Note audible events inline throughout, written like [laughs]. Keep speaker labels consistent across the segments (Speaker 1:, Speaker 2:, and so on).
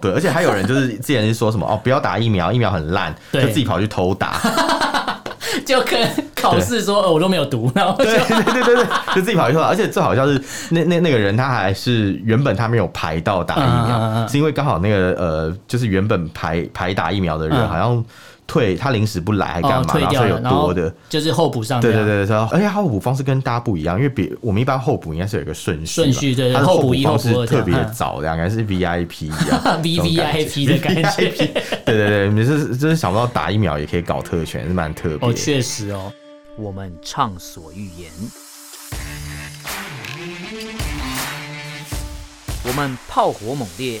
Speaker 1: 对，而且还有人就是之前是说什么哦，不要打疫苗，疫苗很烂，就
Speaker 2: 对
Speaker 1: 自己跑去偷
Speaker 2: [laughs]
Speaker 1: 打，
Speaker 2: 就跟考试说呃我都没有读，然后就
Speaker 1: 对对对对对，就自己跑去偷打。而且最好笑是那那那个人他还是原本他没有排到打疫苗，
Speaker 2: 嗯嗯嗯嗯
Speaker 1: 是因为刚好那个呃，就是原本排排打疫苗的人
Speaker 2: 嗯
Speaker 1: 好像退，他临时不来还干
Speaker 2: 哦
Speaker 1: 嘛，
Speaker 2: 退
Speaker 1: 然后
Speaker 2: 掉
Speaker 1: 所以
Speaker 2: 了，
Speaker 1: 有
Speaker 2: 然后
Speaker 1: 多的。
Speaker 2: 就是候补上这
Speaker 1: 对
Speaker 2: 样
Speaker 1: 对对对，说，而且它候补方式跟大家不一样，因为别我们一般候补应该是有一个顺序嘛，
Speaker 2: 顺序对对
Speaker 1: 它的
Speaker 2: 候
Speaker 1: 候
Speaker 2: 补
Speaker 1: 补
Speaker 2: 一
Speaker 1: 方
Speaker 2: 候
Speaker 1: 式
Speaker 2: 补二这
Speaker 1: 特
Speaker 2: 样
Speaker 1: 别
Speaker 2: 嗯
Speaker 1: 早，两个人是 VIP 一样
Speaker 2: V V I P 的感觉。
Speaker 1: ，VIP，对对对，你是真是想不到打疫苗也可以搞特权，是蛮特别的。
Speaker 2: 哦，确实哦，
Speaker 3: 我们畅所欲言；我们炮火猛烈；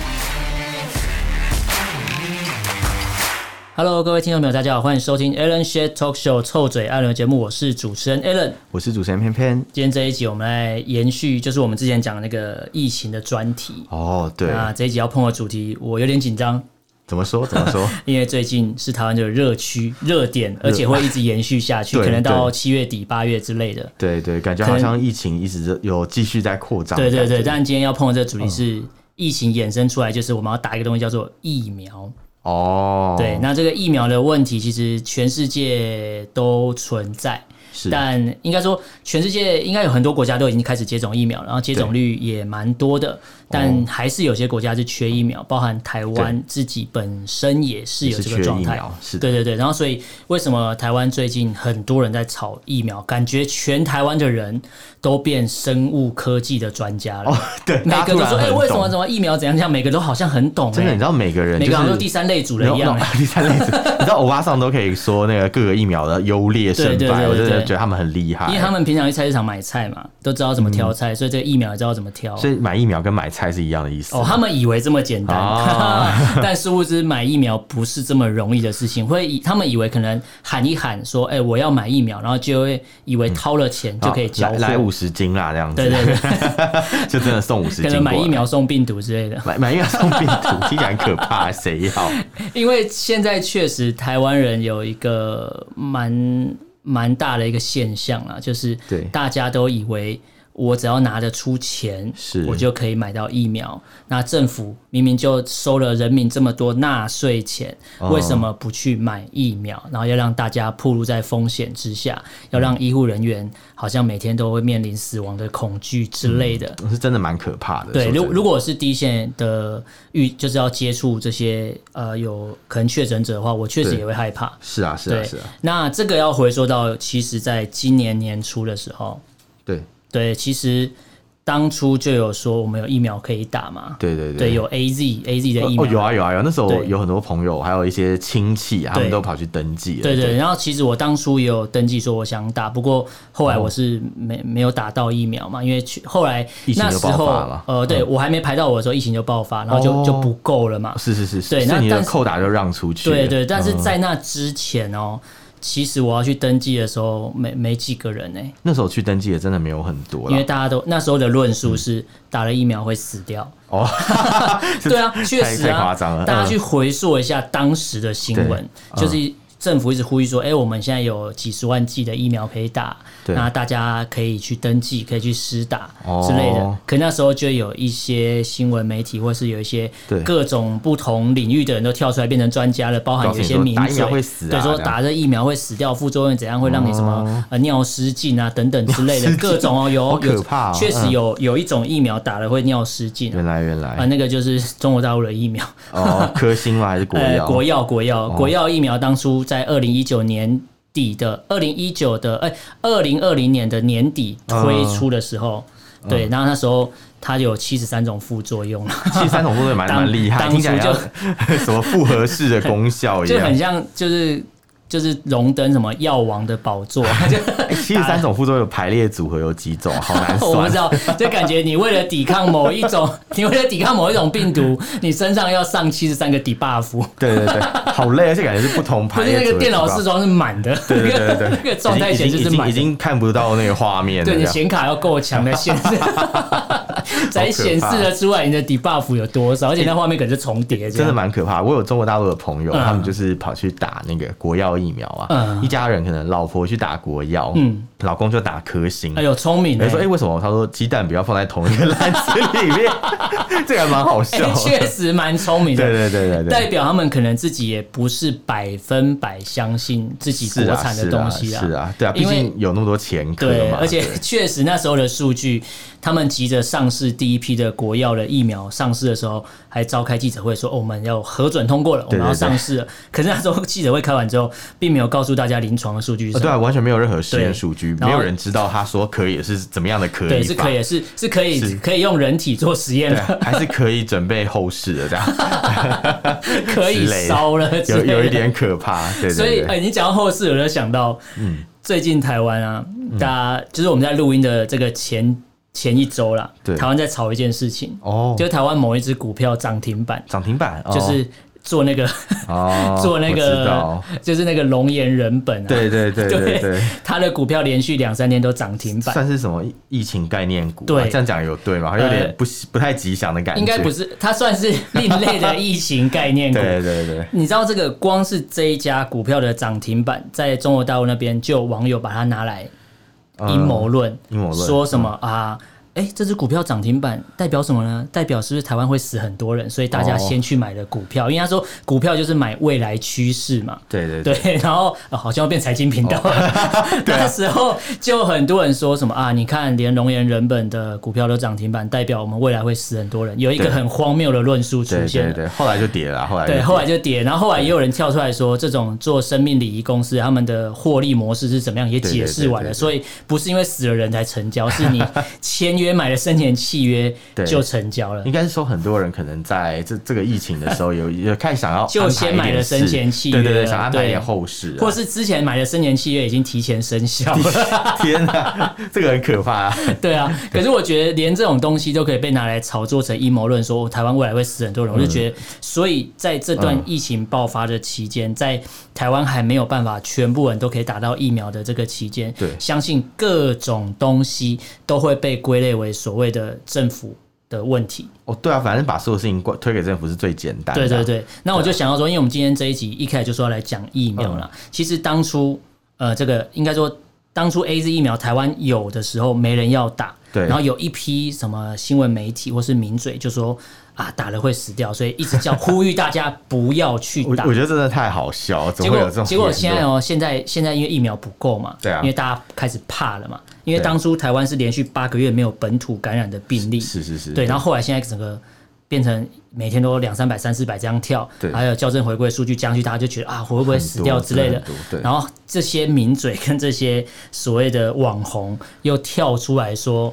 Speaker 2: Hello，各位听众朋友，大家好，欢迎收听 Alan s h a t Talk Show 臭嘴艾伦节目，我是主持人 Alan。
Speaker 1: 我是主持人偏偏。
Speaker 2: 今天这一集我们来延续，就是我们之前讲的那个疫情的专题。
Speaker 1: 哦，对，
Speaker 2: 那这一集要碰的主题，我有点紧张，
Speaker 1: 怎么说？怎么说？
Speaker 2: 因为最近是台湾的热区热点，而且会一直延续下去，
Speaker 1: [laughs] 对
Speaker 2: 可能到
Speaker 1: 对
Speaker 2: 七月底八月之类的。
Speaker 1: 对对，感觉好像疫情一直有继续在扩张。
Speaker 2: 对对对，，但今天要碰的这个主题
Speaker 1: 嗯
Speaker 2: 是疫情衍生出来，就是我们要打一个东西叫做疫苗。
Speaker 1: 哦，
Speaker 2: 对，那这个疫苗的问题，其实全世界都存在，
Speaker 1: 是，
Speaker 2: 但应该说全世界应该有很多国家都已经开始接种疫苗，然后接种率也蛮多
Speaker 1: 哦
Speaker 2: 的，但还是有些国家是缺疫苗，包含台湾自己本身也是有这
Speaker 1: 也是
Speaker 2: 个
Speaker 1: 缺
Speaker 2: 状
Speaker 1: 疫
Speaker 2: 态
Speaker 1: 苗。是的
Speaker 2: 对对对，然后所以为什么台湾最近很多人在炒疫苗？感觉全台湾的人都变生物科技的专家了，
Speaker 1: 对，哦
Speaker 2: 每
Speaker 1: 大家
Speaker 2: 个
Speaker 1: 突
Speaker 2: 都
Speaker 1: 然
Speaker 2: 说哎、
Speaker 1: 很
Speaker 2: 为什么
Speaker 1: 懂
Speaker 2: 怎么疫苗怎样怎样，每个都好像很懂、欸，
Speaker 1: 真的，你知道每个人
Speaker 2: 每
Speaker 1: 就
Speaker 2: 个好像都
Speaker 1: 是
Speaker 2: 第三类主
Speaker 1: 没
Speaker 2: 人
Speaker 1: 有
Speaker 2: 一样、
Speaker 1: 那
Speaker 2: [laughs] 欸。
Speaker 1: 种第三类组，你知道欧巴桑都可以说那个各个疫苗的优劣胜
Speaker 2: 对对
Speaker 1: 败，
Speaker 2: 对
Speaker 1: 我真
Speaker 2: 对
Speaker 1: 的
Speaker 2: 对
Speaker 1: 觉得他们很厉害。
Speaker 2: 因为他们平常去菜市场买菜嘛，都知道怎么挑菜，所以这个疫苗也知道怎么挑。
Speaker 1: 嗯所以买疫苗跟买菜是一样的意思。
Speaker 2: 哦，他们以为这么简单，
Speaker 1: 哦
Speaker 2: [laughs] 但殊不知买疫苗不是这么容易的事情。会以他们以为可能喊一喊说：“哎、我要买疫苗”，然后就会以为掏了钱就可以交
Speaker 1: 好
Speaker 2: 货。
Speaker 1: 嗯哦来来五十斤啦，这样子，
Speaker 2: 对对
Speaker 1: [laughs]
Speaker 2: 对，
Speaker 1: 就真的送五十
Speaker 2: 可
Speaker 1: 斤
Speaker 2: 能
Speaker 1: 过来。
Speaker 2: 买疫苗送病毒之类的。
Speaker 1: 买买疫苗送病毒，听起来很可怕，谁要？
Speaker 2: 因为现在确实台湾人有一个蛮蛮大的一个现象啦，就是
Speaker 1: 对
Speaker 2: 大家都以为我只要拿得出钱，
Speaker 1: 是
Speaker 2: 我就可以买到疫苗。那政府明明就收了人民这么多纳税钱，为
Speaker 1: 哦
Speaker 2: 什么不去买疫苗？然后要让大家暴露在风险之下，要让医护人员好像每天都会面临死亡的恐惧之类的。
Speaker 1: 是真的蛮可怕的。
Speaker 2: 对，
Speaker 1: 说
Speaker 2: 如
Speaker 1: 真的
Speaker 2: 如果是第一线的遇，就是要接触这些呃有可能确诊者的话，我确实
Speaker 1: 对
Speaker 2: 也会害怕。
Speaker 1: 是啊是
Speaker 2: 对，
Speaker 1: 啊是啊，
Speaker 2: 那这个要回说到，其实在今年年初的时候，
Speaker 1: 对
Speaker 2: 对，其实当初就有说我们有疫苗可以打嘛，
Speaker 1: 对对
Speaker 2: 对，有 A Z A Z 的疫苗，
Speaker 1: 哦，有啊有啊有啊，那时候
Speaker 2: 对
Speaker 1: 有很多朋友，还有一些亲戚，他们都跑去登记了。
Speaker 2: 对对，然后其实我当初也有登记说我想打，不过后来我
Speaker 1: 嗯
Speaker 2: 是没、没有打到疫苗嘛，因为去后来
Speaker 1: 疫情
Speaker 2: 那
Speaker 1: 就
Speaker 2: 时
Speaker 1: 爆
Speaker 2: 候
Speaker 1: 发了嗯
Speaker 2: 呃，对、我还没排到我的时候，疫情就爆发，然后就、
Speaker 1: 哦
Speaker 2: 就不够了嘛。
Speaker 1: 是是是，
Speaker 2: 对
Speaker 1: 所
Speaker 2: 那
Speaker 1: 以你
Speaker 2: 但
Speaker 1: 的
Speaker 2: 是
Speaker 1: 扣打就让出去了。
Speaker 2: 对对，
Speaker 1: 嗯
Speaker 2: 但是在那之前哦，其实我要去登记的时候，没没几个人呢、欸
Speaker 1: 那时候去登记的真的没有很多
Speaker 2: 因为
Speaker 1: 了。
Speaker 2: 大家都那时候的论述是打了疫苗会死掉。
Speaker 1: 哦， [laughs]
Speaker 2: 对啊，确实
Speaker 1: 太
Speaker 2: 啊，
Speaker 1: 夸张了嗯
Speaker 2: 大家去回溯一下当时的新闻，
Speaker 1: 对
Speaker 2: 就是政府一直呼吁说，哎、我们现在有几十万剂的疫苗可以打，
Speaker 1: 对
Speaker 2: 那大家可以去登记，可以去施打
Speaker 1: 哦
Speaker 2: 之类的。可那时候就有一些新闻媒体，或是有一些
Speaker 1: 对
Speaker 2: 各种不同领域的人都跳出来变成专家了，包含有一些名
Speaker 1: 告诉你说打疫
Speaker 2: 嘴
Speaker 1: 苗会死啊
Speaker 2: 对，说
Speaker 1: 这样哦
Speaker 2: 打这疫苗会死掉，副作用怎样会让你什么、呃尿失禁啊等等之
Speaker 1: [laughs]
Speaker 2: 类的各种哦，有
Speaker 1: 好可
Speaker 2: 有
Speaker 1: 怕哦
Speaker 2: 确实
Speaker 1: 嗯
Speaker 2: 有有一种疫苗打了会尿失禁啊、
Speaker 1: 原来原
Speaker 2: 啊，
Speaker 1: 来
Speaker 2: 那个就是中国大陆的疫苗，
Speaker 1: 哦，科兴吗？还 [laughs] 是国药？
Speaker 2: 呃
Speaker 1: 哦
Speaker 2: 国药，国药，国药疫苗当初在二零一九年底的，二零一九的，哎，二零二零年的年底推出的时候，
Speaker 1: 嗯
Speaker 2: 对，然后那时候它有七十三种副作用
Speaker 1: [laughs]
Speaker 2: 了，
Speaker 1: 其实三种部
Speaker 2: [laughs]
Speaker 1: 队蛮
Speaker 2: 当
Speaker 1: 蛮厉害，[laughs]
Speaker 2: 当
Speaker 1: 听起来
Speaker 2: 初
Speaker 1: 像什么复合式的功效一
Speaker 2: [laughs] 就
Speaker 1: 样
Speaker 2: 很。像就是就是荣登什么药王的
Speaker 1: [laughs]
Speaker 2: 宝座，就
Speaker 1: 七十三种副作用排列组合有几种？好难
Speaker 2: [laughs] 我不
Speaker 1: 算
Speaker 2: 知。道，就感觉你为了抵抗某一
Speaker 1: [laughs]
Speaker 2: 种，你为了抵抗某一种病毒，你身上要上七十三个 debuff，
Speaker 1: 对对对，好累，而且感觉是不同
Speaker 2: 不
Speaker 1: 排
Speaker 2: 是
Speaker 1: 列组合。
Speaker 2: 那个电脑视窗是满的，
Speaker 1: 对对对对对，
Speaker 2: [laughs] 那个状态显示
Speaker 1: 已
Speaker 2: 是
Speaker 1: 经已经
Speaker 2: 满
Speaker 1: 已
Speaker 2: 的，
Speaker 1: 经看不到那个画面了。
Speaker 2: 对
Speaker 1: 这
Speaker 2: 你
Speaker 1: 样
Speaker 2: 显卡要
Speaker 1: [laughs]
Speaker 2: 够强才显示， [laughs] 才显示得出来你的 debuff 有多少，而且那画面可能是重叠这样，
Speaker 1: 真的蛮可怕。我有中国大陆的朋友，
Speaker 2: 嗯
Speaker 1: 他们就是跑去打那个国药疫苗啊，
Speaker 2: 嗯
Speaker 1: 一家人可能老婆去打国药，老公就打科兴
Speaker 2: 哎。呦，聪明
Speaker 1: 我
Speaker 2: 欸！
Speaker 1: 说：“哎、为什么？”他说：“鸡蛋不要放在同一个篮子里面。”这个还蛮好
Speaker 2: [laughs] 哎
Speaker 1: 笑的。
Speaker 2: 确实蛮聪明的。
Speaker 1: 对对对对
Speaker 2: 代
Speaker 1: 对，
Speaker 2: 表他们可能自己也不是百分百相信自己
Speaker 1: 是
Speaker 2: 国
Speaker 1: 啊
Speaker 2: 产
Speaker 1: 是
Speaker 2: 的东西
Speaker 1: 啊，是啊，对啊，毕
Speaker 2: 因为
Speaker 1: 竟有那么多前科
Speaker 2: 对，
Speaker 1: 嘛。
Speaker 2: 而且确实那时候的数据，他们急着上市第一批的国药的疫苗上市的时候，还召开记者会说、哦我们要核准通过了，我
Speaker 1: 对
Speaker 2: 们要
Speaker 1: 对对
Speaker 2: 上市了。可是那时候记者会开完之后，并没有告诉大家临床的数据是
Speaker 1: 哦
Speaker 2: 什
Speaker 1: 对
Speaker 2: 么。
Speaker 1: 啊，完全没有任何实验
Speaker 2: 对
Speaker 1: 数据，
Speaker 2: 然
Speaker 1: 没
Speaker 2: 后
Speaker 1: 有人知道他说可以是怎么样的可以
Speaker 2: 对，是
Speaker 1: 法
Speaker 2: 可以，是是可以
Speaker 1: 是
Speaker 2: 可以用人体做实验
Speaker 1: 对
Speaker 2: 了，
Speaker 1: 啊，还是可以准备后事的这样，
Speaker 2: [laughs] 可以
Speaker 1: 啊之类的
Speaker 2: 烧了之
Speaker 1: 有
Speaker 2: 类的，
Speaker 1: 有一点可怕。对
Speaker 2: [laughs] 所以
Speaker 1: 对，嗯
Speaker 2: 哎、
Speaker 1: 对，
Speaker 2: 你讲到后事，我就想到，最近台湾啊，
Speaker 1: 嗯
Speaker 2: 大家就是我们在录音的这个前前一周啦
Speaker 1: 对，
Speaker 2: 台湾在炒一件事情，
Speaker 1: 哦，
Speaker 2: 就是台湾某一只股票涨停板，
Speaker 1: 涨停板哦
Speaker 2: 就是做那个、
Speaker 1: 哦
Speaker 2: [laughs] 做那
Speaker 1: 我知
Speaker 2: 个
Speaker 1: 道，
Speaker 2: 就是那个龙岩人本啊，
Speaker 1: 对对对对对，
Speaker 2: 他的股票连续两三天都涨停板，
Speaker 1: 算是什么疫情概念股啊？
Speaker 2: 对呃
Speaker 1: 这样讲有对吗？有点不不太吉祥的感觉。
Speaker 2: 应该不是，它算是另类的疫情概念股。
Speaker 1: 对对对，
Speaker 2: 你知道这个光是这一家股票的涨停板，在中国大陆那边就有网友把它拿来阴谋论，
Speaker 1: 嗯阴谋论
Speaker 2: 说什么啊？哎、这只股票涨停板代表什么呢？代表是不是台湾会死很多人，所以大家
Speaker 1: 哦
Speaker 2: 先去买了股票，因为他说股票就是买未来趋势嘛。
Speaker 1: 对对对，
Speaker 2: 对，然后、呃好像要变财经
Speaker 1: [laughs]
Speaker 2: 频道了。
Speaker 1: 啊
Speaker 2: 那时候就很多人说什么啊，你看连龙岩人本的股票都涨停板，代表我们未来会死很多人，有一个
Speaker 1: 对
Speaker 2: 很荒谬的论述出
Speaker 1: 对
Speaker 2: 现
Speaker 1: 对
Speaker 2: 了。
Speaker 1: 对，后来就跌了，后来就
Speaker 2: 对，
Speaker 1: 跌
Speaker 2: 后来就跌，然后后来也有人跳出来说，这种做生命礼仪公司他们的获利模式是怎么样，也解释完
Speaker 1: 对对对对
Speaker 2: 了。
Speaker 1: 对
Speaker 2: 所以不是因为死了人才成交，
Speaker 1: [laughs]
Speaker 2: 是你签约买了生前契约
Speaker 1: 对
Speaker 2: 就成交了
Speaker 1: 应。该是说，很多人可能在这这个疫情的时候有，有开始想要
Speaker 2: 就先
Speaker 1: 安排一
Speaker 2: 买
Speaker 1: 点
Speaker 2: 了生前
Speaker 1: 事
Speaker 2: 契
Speaker 1: 对对对，
Speaker 2: 约
Speaker 1: 想安排一点
Speaker 2: 对
Speaker 1: 后事啊、
Speaker 2: 或是之前买的生前契约已经提前生效了，
Speaker 1: 天哪， [laughs] 这个很可怕、啊。
Speaker 2: [laughs] 对啊。可是我觉得连这种东西都可以被拿来炒作成阴谋论，说哦台湾未来会死很多人，我就觉得，所以在这段
Speaker 1: 嗯
Speaker 2: 疫情爆发的期间，在台湾还没有办法全部人都可以打到疫苗的这个期间，
Speaker 1: 对
Speaker 2: 相信各种东西都会被归类为所谓的政府的问题。
Speaker 1: 哦，对啊，反正把所有事情怪推给政府是最简单的、
Speaker 2: 对对，对，那
Speaker 1: 啊
Speaker 2: 我就想要说，因为我们今天这一集一开始就说要来讲疫苗
Speaker 1: 嗯
Speaker 2: 啦。其实当初呃，这个应该说当初 A Z 疫苗台湾有的时候没人要打，
Speaker 1: 对
Speaker 2: 然后有一批什么新闻媒体或是名嘴就说啊打了会死掉，所以一直叫呼吁大家不要
Speaker 1: [laughs]
Speaker 2: 去
Speaker 1: 我
Speaker 2: 打
Speaker 1: 我。觉得真的太好笑了，怎
Speaker 2: 结
Speaker 1: 么会有
Speaker 2: 果
Speaker 1: 这种
Speaker 2: 结
Speaker 1: 言
Speaker 2: 果
Speaker 1: 论
Speaker 2: 现在哦，现在现在因为疫苗不够嘛，
Speaker 1: 对啊
Speaker 2: 因为大家开始怕了嘛，因为
Speaker 1: 对
Speaker 2: 当初台湾是连续八个月没有本土感染的病例，
Speaker 1: 是是是，
Speaker 2: 对，然后后来现在整个变成每天都两三百、三四百这样跳，
Speaker 1: 对
Speaker 2: 还有校正回归数据加上去，大家就觉得啊，我会不会死掉之类的
Speaker 1: 很多对
Speaker 2: 然后这些名嘴跟这些所谓的网红又跳出来说，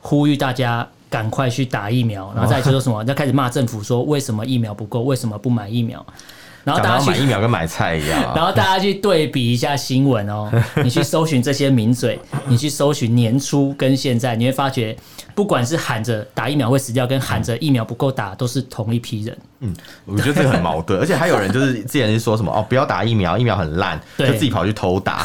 Speaker 2: 呼吁大家。赶快去打疫苗，然后再来就是什么，就开始骂政府说为什么疫苗不够，为什么不买疫苗，然后
Speaker 1: 讲
Speaker 2: 大家
Speaker 1: 到
Speaker 2: 去
Speaker 1: 买疫苗跟买菜一样、
Speaker 2: [laughs] 然
Speaker 1: 啊。
Speaker 2: 后大家去对比一下新闻
Speaker 1: [laughs]
Speaker 2: 哦，你去搜寻这些名嘴，你去搜寻年初跟现在，你会发觉，不管是喊着打疫苗会死掉，跟喊着疫苗不够打，都是同一批人。
Speaker 1: 嗯，我觉得这个很矛盾，而且还有人就是之前是说什么哦，不要打疫苗，疫苗很烂，就
Speaker 2: 对
Speaker 1: 自己跑去偷打，